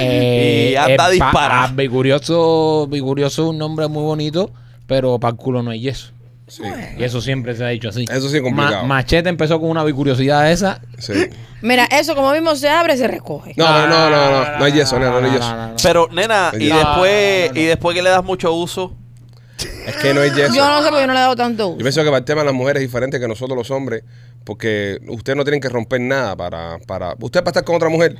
S2: Eh,
S3: Y anda
S2: eh, pa-
S3: disparada.
S2: ah, Bicurioso, Bicurioso es un nombre muy bonito, pero para el culo no hay yeso.
S1: Sí,
S2: Y eso siempre se ha dicho así.
S1: Eso sí es complicado.
S2: Machete empezó con una bicuriosidad esa.
S1: sí.
S5: Mira, eso como mismo se abre, se recoge.
S1: No, no, no, no, no, no hay yeso, no, no hay yeso.
S3: Pero, nena, y
S1: No,
S3: después, y después que le das mucho uso,
S1: Es que no hay yeso.
S5: Yo no sé porque yo no le he dado tanto
S1: Yo
S5: uso.
S1: pienso que para el tema de las mujeres es diferente que nosotros los hombres, porque ustedes no tienen que romper nada para, para, usted para estar con otra mujer,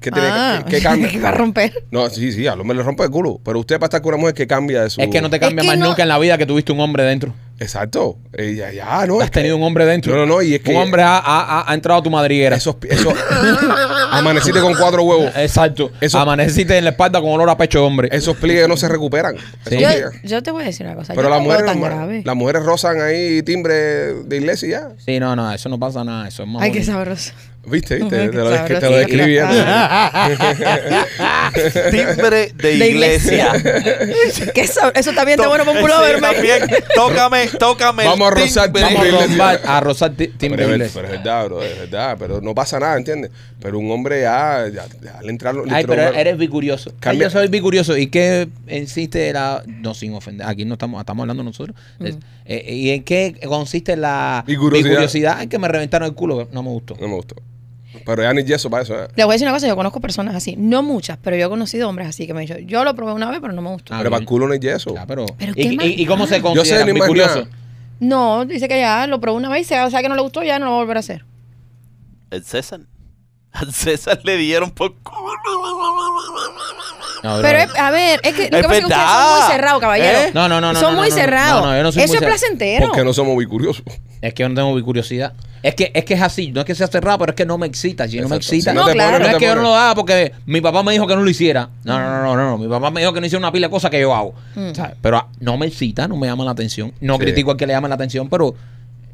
S1: ¿qué tiene
S5: Ah,
S1: que, que cambia?
S5: que va a romper.
S1: No, sí, sí, a lo mejor le rompe el culo. Pero usted para estar con una mujer que cambia de su.
S2: Es que no te cambia
S5: que
S2: más
S5: no-
S2: nunca en la vida que tuviste un hombre dentro.
S1: Exacto. Eh, ya, ya, no.
S2: Has tenido un hombre dentro.
S1: No, no, no, y es que-
S2: Un hombre ha, ha- ha- ha entrado a tu madriguera.
S1: Esos, esos- amaneciste con cuatro huevos.
S2: Exacto.
S1: Eso-
S2: Amaneciste en la espalda con olor a pecho de hombre.
S1: Esos pliegues no se recuperan.
S2: Sí.
S1: Esos
S5: Yo,
S1: pliegues.
S5: yo te voy a decir una cosa.
S1: Pero
S5: yo
S1: las
S5: no lo veo
S1: mujeres,
S5: tan
S1: no-
S5: grave.
S1: las mujeres rozan ahí timbre de iglesia y ya.
S2: Sí, no, no, eso no pasa nada. Eso es más
S5: Ay, qué
S2: bonito.
S5: sabroso.
S1: ¿Viste? ¿Viste?
S5: Ujú,
S1: Te lo,
S5: sabroso,
S1: que te lo
S5: sí,
S1: describí.
S5: claro.
S3: timbre de
S5: De iglesia.
S3: iglesia.
S5: Qué sab- Eso también está bueno para un
S3: Sí,
S5: pullover, man.
S3: también. Tócame, tócame. el
S1: Vamos a rozar
S3: timbre.
S2: Vamos a
S1: Iglesia.
S2: rozar, a rozar ti-
S1: Pero,
S2: timbre
S1: es ver-
S2: inglés.
S1: pero es verdad, bro, es verdad. Pero no pasa nada, ¿entiendes? Pero un hombre ya, ya, ya al entrar. le
S2: Ay,
S1: entró
S2: pero
S1: una-
S2: eres bicurioso. Ay,
S1: Cambia-
S2: yo soy bicurioso. ¿Y qué insiste la.? No, sin ofender. Aquí no estamos, estamos hablando nosotros.
S5: Mm.
S2: Es- eh, ¿Y en qué consiste la
S1: Bicuriosidad.
S2: bicuriosidad? En que me reventaron el culo. No me gustó.
S1: No me gustó. Pero ya ni yeso para eso. ¿eh?
S5: Les voy a decir una cosa, yo conozco personas así, no muchas, pero yo he conocido hombres así que me han dicho, yo lo probé una vez, pero no me gustó.
S2: Ah,
S1: Pero para
S2: bien.
S1: el culo no hay yeso.
S2: Ya, pero,
S5: Pero
S2: ¿Y,
S5: qué más-
S2: y- y cómo se
S1: Yo sé
S2: considera
S1: ni más
S2: bicurioso?
S1: nada.
S5: No, dice que ya lo probó una vez, se- o sea que no le gustó, ya no lo va a volver a hacer.
S3: El César. Al César le dieron por culo.
S2: No, bro.
S5: Pero, es- a ver, es que lo
S3: Es
S5: que pasa es que ustedes
S3: verdad.
S5: son muy cerrados, caballero.
S3: ¿Eh?
S2: No, no, no, no,
S5: Son
S2: no,
S5: muy
S2: no, no,
S5: cerrados.
S2: no, no, yo no soy
S5: Eso
S2: muy
S5: es
S2: cerrado.
S5: placentero.
S1: Porque no somos muy curiosos.
S2: Es que yo no tengo bicuriosidad. Es que, es que es así, no es que sea cerrado, pero es que no me excita. Si no me
S1: Exacto. Si
S2: excita,
S5: no te No, pones,
S2: no
S5: claro.
S2: es
S1: no te
S2: que yo no
S1: pones.
S2: lo haga porque mi papá me dijo que no lo hiciera. No, no, no, no, no, no. Mi papá me dijo que no hiciera una pila de cosas que yo hago. ¿sabes? Pero ah, no me excita, no me llama la atención. No
S1: Sí.
S2: critico al que le llama la atención, pero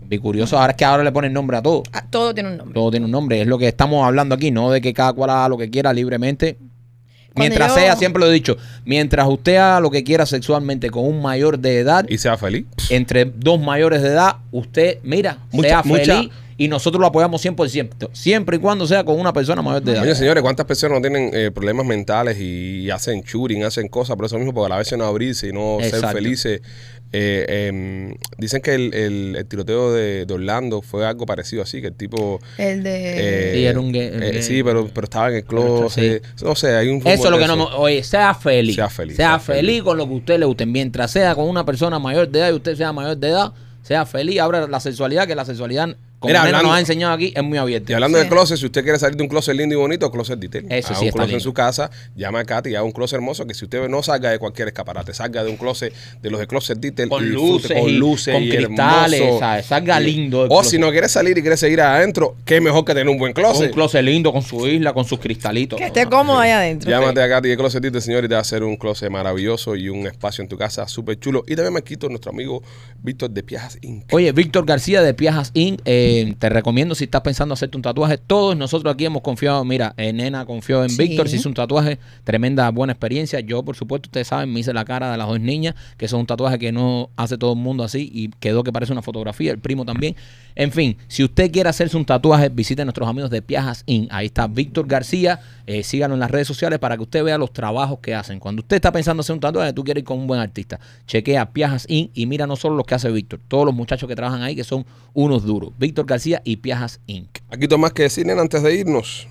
S2: bicurioso, ahora es que ahora le ponen nombre a todo.
S5: Ah, todo tiene un nombre.
S2: Todo tiene un nombre, es lo que estamos hablando aquí, no de que cada cual haga lo que quiera libremente. Mientras
S5: yo-
S2: sea, siempre lo he dicho, mientras usted haga lo que quiera sexualmente con un mayor de edad,
S1: Y sea feliz.
S2: entre dos mayores de edad, usted, mira,
S1: Mucha-
S2: sea
S1: mucha-
S2: feliz y nosotros lo apoyamos 100%, siempre y cuando sea con una persona mayor de edad.
S1: Oye, señores, ¿cuántas personas no tienen eh, problemas mentales y hacen shooting, hacen cosas por eso mismo? Porque a la vez no abrirse y no ser
S2: Exacto.
S1: felices. Eh, em, dicen que el, el- el tiroteo de, de Orlando fue algo parecido así, que el tipo...
S5: El de...
S1: eh,
S2: Sí, era un gay- un
S1: eh,
S2: gay.
S1: sí, pero, pero estaba en el
S2: Pero está-
S1: closet. No sé, hay un... rumor
S2: Eso es lo
S1: de
S2: que no me... Oye, sea feliz.
S1: Sea feliz, sea
S2: Sea
S1: feliz.
S2: feliz, con lo que usted le guste. Mientras sea con una persona mayor de edad y usted sea mayor de edad, sea feliz. Ahora, la sexualidad, que la sexualidad, como
S1: Mira,
S2: Nena
S1: hablando-
S2: nos ha enseñado aquí, es muy abierto.
S1: Y hablando
S5: Sí.
S1: de closet, si usted quiere salir de un closet lindo y bonito, closet detail.
S2: Eso
S1: haga
S2: sí
S1: un
S2: está
S1: closet en
S2: lindo.
S1: su casa, llama a Katy y haga un closet hermoso que si usted no salga de cualquier escaparate, salga de un closet de los de closet detail
S2: Con
S1: y disfrute
S2: luces y con cristales, ¿sabes? Salga lindo del
S1: O
S2: closet.
S1: si no quiere salir y quiere seguir adentro, qué mejor que tener un buen closet.
S2: Un closet lindo con su isla, con sus cristalitos.
S5: Que esté cómodo
S2: eh,
S5: ahí adentro. pues.
S1: Llámate a Katy de Closet Detail, señor, y te va a hacer un closet maravilloso y un espacio en tu casa súper chulo. Y también me quito nuestro amigo Víctor de Piajas Inc.
S2: Oye, Víctor García de Piajas Inc. eh, te recomiendo si estás pensando hacerte un tatuaje. Todos nosotros aquí hemos confiado. Mira, eh, Nena confió en
S5: Sí.
S2: Víctor, se hizo un tatuaje. Tremenda buena experiencia. Yo, por supuesto, ustedes saben, me hice la cara de las dos niñas, que son un tatuaje que no hace todo el mundo así y quedó que parece una fotografía. El primo también. En fin, si usted quiere hacerse un tatuaje, visite a nuestros amigos de Piajas Inc. Ahí está Víctor García. Eh, síganlo en las redes sociales para que usted vea los trabajos que hacen. Cuando usted está pensando hacer un tatuaje, tú quieres ir con un buen artista. Chequea Piajas Inc. y mira no solo los que hace Víctor, todos los muchachos que trabajan ahí que son unos duros. Víctor García y Piajas Inc.
S1: Aquí tengo más que decir, nena, antes de irnos.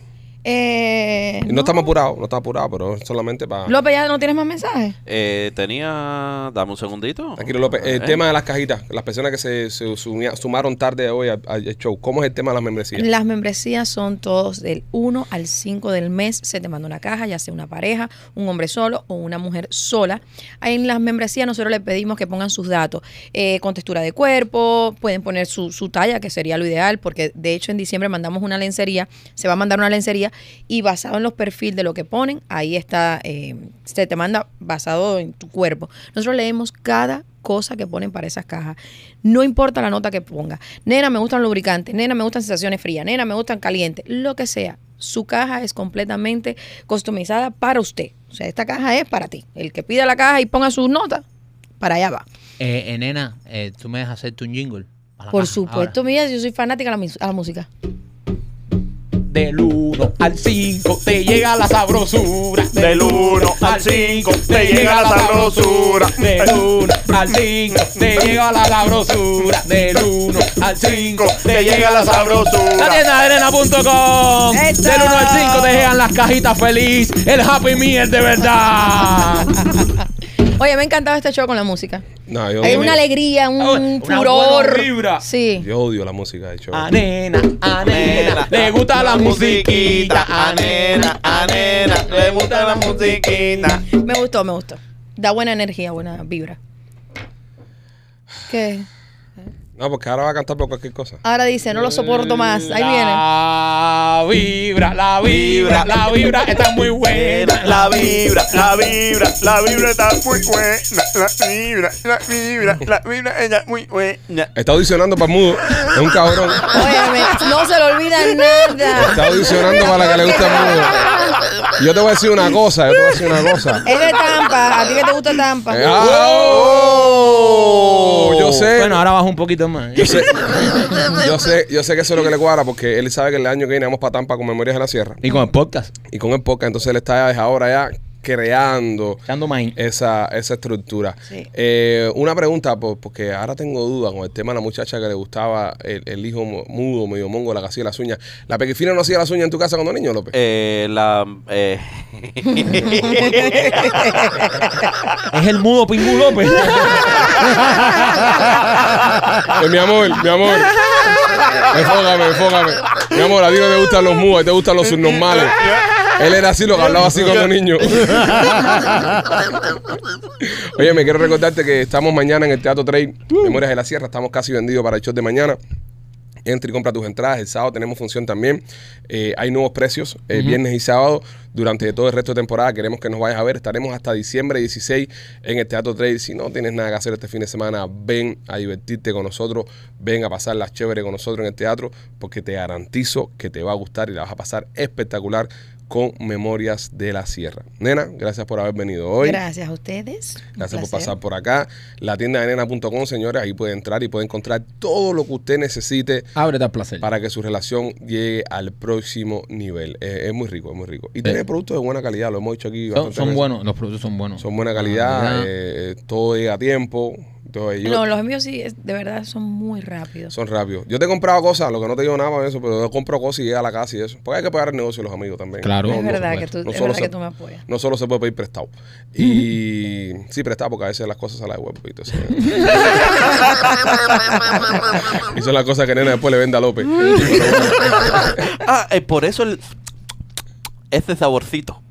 S5: Eh,
S1: Y no, estamos apurados, no está apurado, pero es solamente para...
S5: López, ¿ya no tienes más mensajes?
S3: Eh, tenía. Dame un segundito.
S1: Tranquilo, López. El
S3: Eh,
S1: tema de las cajitas, las personas que se, se sumia- sumaron tarde hoy al, al show, ¿cómo es el tema de las membresías?
S5: Las membresías son todos del 1 al 5 del mes. Se te manda una caja, ya sea una pareja, un hombre solo o una mujer sola. En las membresías nosotros les pedimos que pongan sus datos, eh, con textura de cuerpo, pueden poner su, su talla, que sería lo ideal, porque de hecho en diciembre mandamos una lencería, se va a mandar una lencería y basado en los perfiles de lo que ponen, ahí está, eh, se te manda basado en tu cuerpo. Nosotros leemos cada cosa que ponen para esas cajas. No importa la nota que ponga. Nena, me gustan lubricantes. Nena, me gustan sensaciones frías. Nena, me gustan calientes. Lo que sea. Su caja es completamente customizada para usted. O sea, esta caja es para ti. El que pida la caja y ponga sus notas, para allá va.
S2: Eh, eh, nena, eh, tú me dejas hacerte un jingle. para la
S5: Por
S2: caja,
S5: supuesto,
S2: Ah, ahora.
S5: mira, yo soy fanática a la, mis- a la música.
S2: Del 1 al 5 te llega la sabrosura.
S3: Del 1 al 5 te llega la sabrosura.
S2: Del 1 al 5 te llega la sabrosura. Del 1 al 5
S3: te llega la sabrosura.
S2: La tienda de arena.com.
S5: ¡Eso!
S2: Del 1 al 5 te llegan las cajitas feliz. El Happy Meal de verdad.
S5: Oye, me ha encantado este show con la música.
S1: No, yo,
S5: Hay
S1: odio,
S5: una alegría, un
S2: Una
S5: furor.
S2: buena vibra.
S5: Sí.
S1: yo odio la música del show.
S5: Ah,
S2: A nena, a nena,
S3: Nena,
S2: le gusta la musiquita.
S3: a Ah, nena, a nena, le gusta la musiquita.
S5: Me gustó, me gustó. Da buena energía, buena vibra. ¿Qué?
S1: No, porque ahora va a cantar por cualquier cosa.
S5: Ahora dice, no lo soporto más. Ahí viene.
S2: La vibra, la vibra, la vibra está muy buena.
S3: La vibra, la vibra, la vibra está muy buena. La vibra, la vibra, la vibra ella es muy buena.
S1: Está audicionando para mudo. Es un cabrón.
S5: Óyeme, no se le olvida nada.
S1: Está audicionando para la que le gusta mudo. Yo te voy a decir una cosa, yo te voy a decir una cosa. Eh,
S5: Es de Tampa, a ti que te gusta Tampa.
S2: Ah.
S1: ah, ¡Oh! Yo sé.
S2: Bueno, ahora bajo un poquito más.
S1: Yo sé, yo sé, yo sé que eso es lo que le cuadra porque él sabe que el año que viene vamos para Tampa con Memorias de la Sierra
S2: Y con el podcast,
S1: y con el podcast, entonces él está desde ahora ya creando
S2: echando maíz.
S1: esa, esa estructura.
S5: Sí.
S1: Eh, una pregunta, po- porque ahora tengo dudas con el tema de la muchacha que le gustaba el, el hijo mu- mudo, medio mongo, la que hacía las uñas. ¿La pequifina no hacía las uñas en tu casa cuando niño, López?
S3: Eh, la. Eh.
S2: Es el mudo Pingú López.
S1: Eh, mi amor, mi amor. Enfócame, enfócame. Mi amor, a ti no te gustan los mudos, a ti te gustan los subnormales. Él era así, lo que hablaba así cuando niño. Oye, me quiero recordarte que estamos mañana en el Teatro Trail, Memorias de la Sierra. Estamos casi vendidos para el show de mañana. Entra y compra tus entradas. El sábado tenemos función también. Eh, hay nuevos precios eh, viernes y sábado. Durante todo el resto de temporada queremos que nos vayas a ver. Estaremos hasta diciembre 16 en el Teatro Trail. Si no tienes nada que hacer este fin de semana, ven a divertirte con nosotros. Ven a pasar las chévere con nosotros en el teatro porque te garantizo que te va a gustar y la vas a pasar espectacular con Memorias de la Sierra. Nena, gracias por haber venido hoy.
S5: Gracias a ustedes. Un
S1: Gracias por
S5: placer.
S1: pasar por acá. La tienda de nena.com, señores, ahí puede entrar y puede encontrar todo lo que usted necesite
S2: Ábrete al placer.
S1: para que su relación llegue al próximo nivel. Eh, es muy rico, es muy rico. Y tiene productos de buena calidad, lo hemos dicho aquí.
S2: Son, Ah,
S1: bastantes
S2: son
S1: veces.
S2: buenos, los productos son buenos.
S1: Son buena calidad,
S2: Buena
S1: eh, eh, todo llega a tiempo. Exacto. eh, yo-
S5: No, los envíos sí, es- de verdad, son muy rápidos.
S1: Son rápidos. Yo te he comprado cosas, lo que no te digo nada para eso, pero yo compro cosas y llega a la casa y eso. Porque hay que pagar el negocio de los amigos también.
S2: Claro.
S1: No,
S5: es
S1: no se
S5: verdad,
S2: puede.
S5: que tú,
S1: No
S5: es
S1: solo
S5: verdad
S1: se-
S5: que tú me apoyas.
S1: No solo se puede pedir prestado. Y sí, prestado, porque a veces las cosas se las devuelvo. Y, todo eso. y son las cosas que nena después le vende a López.
S3: Ah, eh, por eso el... Este saborcito.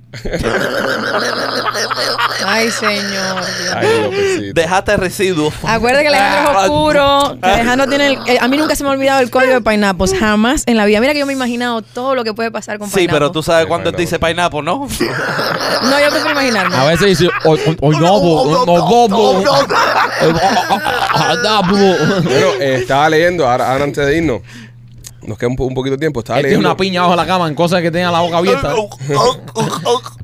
S5: Ay, señor. Dios.
S1: Ay, Lópezito.
S3: Dejaste residuos.
S5: Acuérdate que Alejandro es oscuro. que Alejandro tiene el, eh, A mí nunca se me ha olvidado el código de Pineapples. Jamás en la vida. Mira que yo me he imaginado todo lo que puede pasar con
S3: Sí, pero tú
S5: Pineapples.
S3: sabes
S1: Sí,
S3: cuando te dice pineapple, ¿no?
S5: No, yo prefiero imaginarme.
S2: A veces dice, hoy no, bo- no, bobo.
S1: Bueno, eh, estaba leyendo, ahora, ahora antes de irnos, nos queda un, po- un poquito de tiempo. Estaba
S2: Él tiene
S1: leyendo,
S2: una piña bajo la cama en cosas que tenga la boca abierta.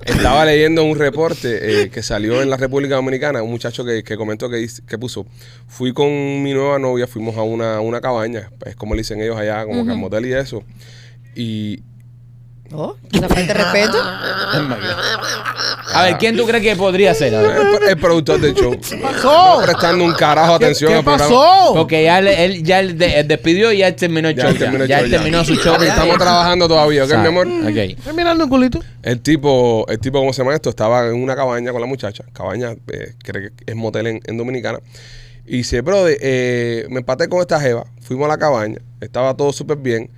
S1: estaba leyendo un reporte eh, que salió en la República Dominicana, un muchacho que, que comentó que, dice- que puso, fui con mi nueva novia, fuimos a una, una cabaña, es como le dicen ellos allá, como que al motel y eso. Y,
S5: Oh, una falta de respeto.
S2: A ver, ¿quién tú crees que podría ser? A ver.
S1: El, el productor del show.
S4: pasó?
S1: No prestando un carajo
S4: ¿Qué,
S1: atención
S4: qué
S1: al programa.
S4: pasó?
S2: Porque ya él, él- ya él de- él despidió y ya él terminó el
S1: Ya
S2: show.
S1: él terminó
S2: Ya,
S1: el show,
S2: Ya él
S1: ya.
S2: terminó su show.
S1: Estamos trabajando todavía, ¿ok, mi amor?
S2: Ok.
S4: Estoy mirando un culito.
S1: El tipo, el tipo, ¿cómo se llama esto? Estaba en una cabaña con la muchacha. Cabaña, eh, creo que es motel en, en Dominicana. Y dice, brother, eh, me empaté con esta jeva. Fuimos a la cabaña. Estaba todo súper bien.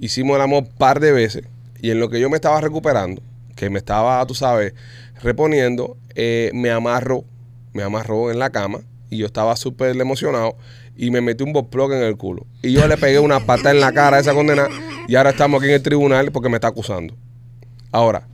S1: Hicimos el amor par de veces. Y en lo que yo me estaba recuperando, que me estaba, tú sabes, reponiendo, eh, me amarró. Me amarró en la cama. Y yo estaba súper emocionado. Y me metí un botplug en el culo. Y yo le pegué una pata en la cara a esa condena. Y ahora estamos aquí en el tribunal porque me está acusando. Ahora,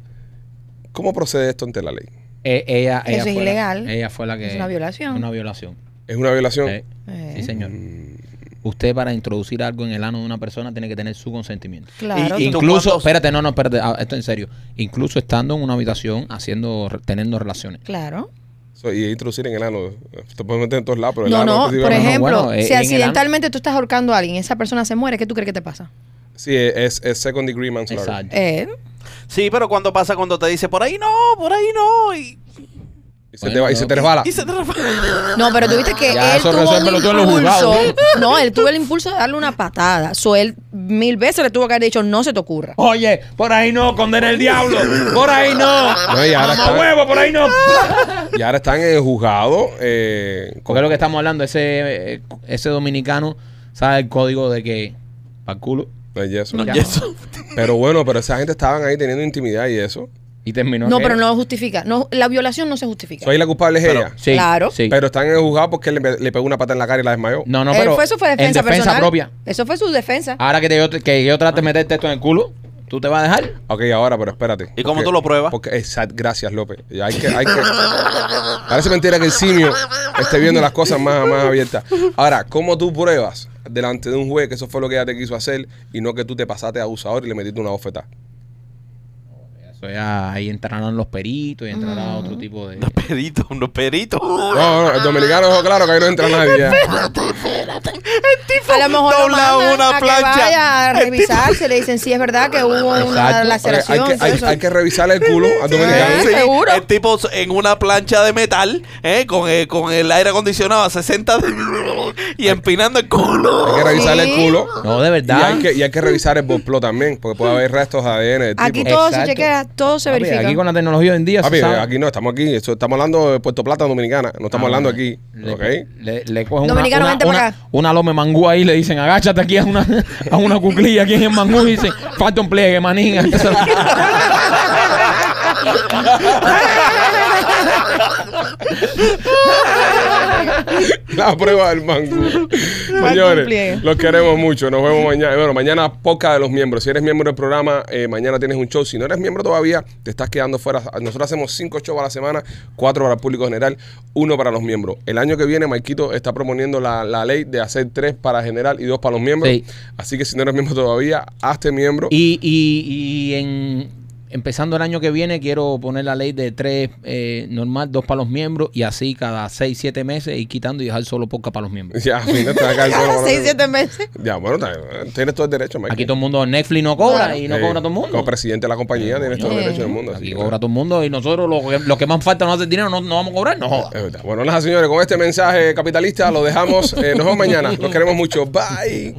S1: ¿cómo procede esto ante la ley?
S2: Eh, ella,
S5: Eso
S2: ella
S5: es
S2: fue la-
S5: ilegal.
S2: ella fue la que.
S5: Es una violación.
S2: Una violación.
S1: ¿Es una violación?
S2: Eh,
S5: Eh.
S2: Sí, señor.
S1: Mm.
S2: Usted para introducir algo en el ano de una persona tiene que tener su consentimiento.
S5: Claro.
S3: Y- y-
S5: tú-
S2: Incluso,
S3: cuántos-
S2: espérate, no, no, espérate, ah, esto en serio. Incluso estando en una habitación haciendo, re- teniendo relaciones.
S5: Claro.
S1: So, y introducir en el ano. Te puedes meter en todos lados, pero el
S5: No,
S1: ano
S5: no,
S1: es
S5: por
S1: específicamente-
S5: ejemplo,
S2: bueno, eh,
S5: si
S2: en el
S5: accidentalmente tú estás ahorcando a alguien y esa persona se muere, ¿qué tú crees que te pasa?
S1: Sí, es, es second degree manslaughter.
S2: Exacto.
S5: Eh,
S3: Sí, pero cuando pasa cuando te dice por ahí no, por ahí no. Y,
S1: Y se, te va- y
S2: Bueno,
S1: se te
S2: no.
S1: resbala.
S3: y se te
S5: no, pero tú viste que
S2: Ya,
S5: él
S2: eso
S5: tuvo un
S2: resuélvelo tú en los
S5: impulso.
S2: juzgados.
S5: No, él tuvo el impulso de darle una patada. So, él mil veces le tuvo que haber dicho, no se te ocurra.
S2: Oye, por ahí no, condena el diablo. Por ahí no.
S1: No, y ahora
S2: Mamá
S1: está-
S2: huevo, por ahí no.
S1: Y ahora están en el juzgado. eh,
S2: Porque es lo que estamos hablando, ese, eh, ese dominicano sabe el código de que. Para culo.
S1: no hay yeso.
S3: Y eso.
S1: Pero bueno, pero esa gente estaban ahí teniendo intimidad y eso.
S2: Y terminó.
S5: No,
S2: en-
S5: pero no justifica. No, la violación no se justifica.
S1: So, ahí la culpable es ella.
S2: Sí,
S5: Claro.
S2: sí.
S1: Pero están en el juzgado porque él le, le pegó una pata en la cara y la desmayó.
S2: no, no,
S5: Él
S2: pero.
S5: fue, eso fue
S2: en
S5: defensa,
S2: defensa
S5: personal.
S2: propia. Ah.
S5: Eso fue su defensa.
S2: Ahora que, te, yo, que yo trate de meterte esto en el culo, ¿tú te vas a dejar?
S1: Ok, ahora, pero espérate.
S3: ¿Y cómo
S1: Porque-
S3: tú lo pruebas?
S1: Porque, exacto, gracias, López. Y Hay que, hay que... Parece mentira que el simio esté viendo las cosas más, más abiertas. Ahora, ¿cómo tú pruebas delante de un juez que eso fue lo que ella te quiso hacer y no que tú te pasaste abusador y le metiste una bofetada?
S2: Eso ya, ahí entrarán los peritos y entrará otro tipo de.
S3: Unos peritos, unos peritos.
S1: No, no, el dominicano dejó claro que ahí no entra nadie. ya.
S5: a lo mejor lo
S3: dobla
S5: mandan
S3: una
S5: a
S3: plancha.
S5: que vaya a revisarse. Le dicen, sí, es verdad que hubo una
S2: Exacto.
S1: Ok, hay,
S5: laceración.
S1: que,
S5: todo
S1: hay,
S5: eso.
S1: hay que revisarle el culo al dominicano.
S5: Sí. seguro.
S3: El tipo en una plancha de metal, eh, con, eh, con el aire acondicionado a 60 de- y empinando el
S1: Hay
S3: culo.
S1: que revisarle el
S5: Sí.
S1: culo.
S2: No, de
S1: Y
S2: verdad.
S1: hay, que, y hay que revisar el botplot también, porque puede haber restos de ADN del
S5: Aquí
S1: tipo.
S2: to-
S5: todo
S2: Exacto.
S5: se chequea, todo se
S2: Papi,
S5: verifica.
S2: aquí con la tecnología hoy en día. se
S1: Papi, eh,
S2: sabe. Ah,
S1: aquí no, estamos aquí. Eso- estamos hablando de Puerto Plata, Dominicana. No estamos hablando aquí.
S2: Le,
S1: ¿Ok?
S2: le, le cogen una,
S5: Dominicano,
S2: una,
S5: vente para
S2: una,
S5: acá.
S2: una lome mangú ahí y le dicen, agáchate aquí a una, a una cuclilla aquí en el mangú y dicen, falta un pliegue, manín.
S1: La prueba del mango.
S5: pliegue.
S1: Señores, los queremos mucho. Nos vemos mañana. Bueno, mañana poca de los miembros. Si eres miembro del programa, eh, mañana tienes un show. Si no eres miembro todavía, te estás quedando fuera. Nosotros hacemos cinco shows a la semana, cuatro para el público general, uno para los miembros. El año que viene, Maikito está proponiendo la, la ley de hacer tres para general y dos para los miembros.
S2: Sí.
S1: Así que si no eres miembro todavía, hazte miembro.
S2: y, y, y en empezando el año que viene, quiero poner la ley de tres eh, normal, dos para los miembros y así cada seis, siete meses y quitando y dejar solo poca para los miembros.
S1: Ya, mira, te va a caer todo,
S5: Cada
S1: bueno,
S5: seis, siete meses.
S1: Ya, bueno, ta- tienes todo el derecho, Mike.
S2: Aquí todo el mundo, Netflix no cobra y no
S1: Sí,
S2: cobra todo el
S1: Como
S2: mundo.
S1: presidente de la compañía tienes todo el
S5: Eh.
S1: derecho del mundo. así
S2: Aquí
S1: que-
S2: cobra todo el mundo y nosotros lo que, lo que más falta no hace dinero, no, no vamos a cobrar, no joda.
S1: Es verdad. Bueno, nada, señores, con este mensaje capitalista lo dejamos. Eh, nos vemos mañana. Los queremos mucho. Bye.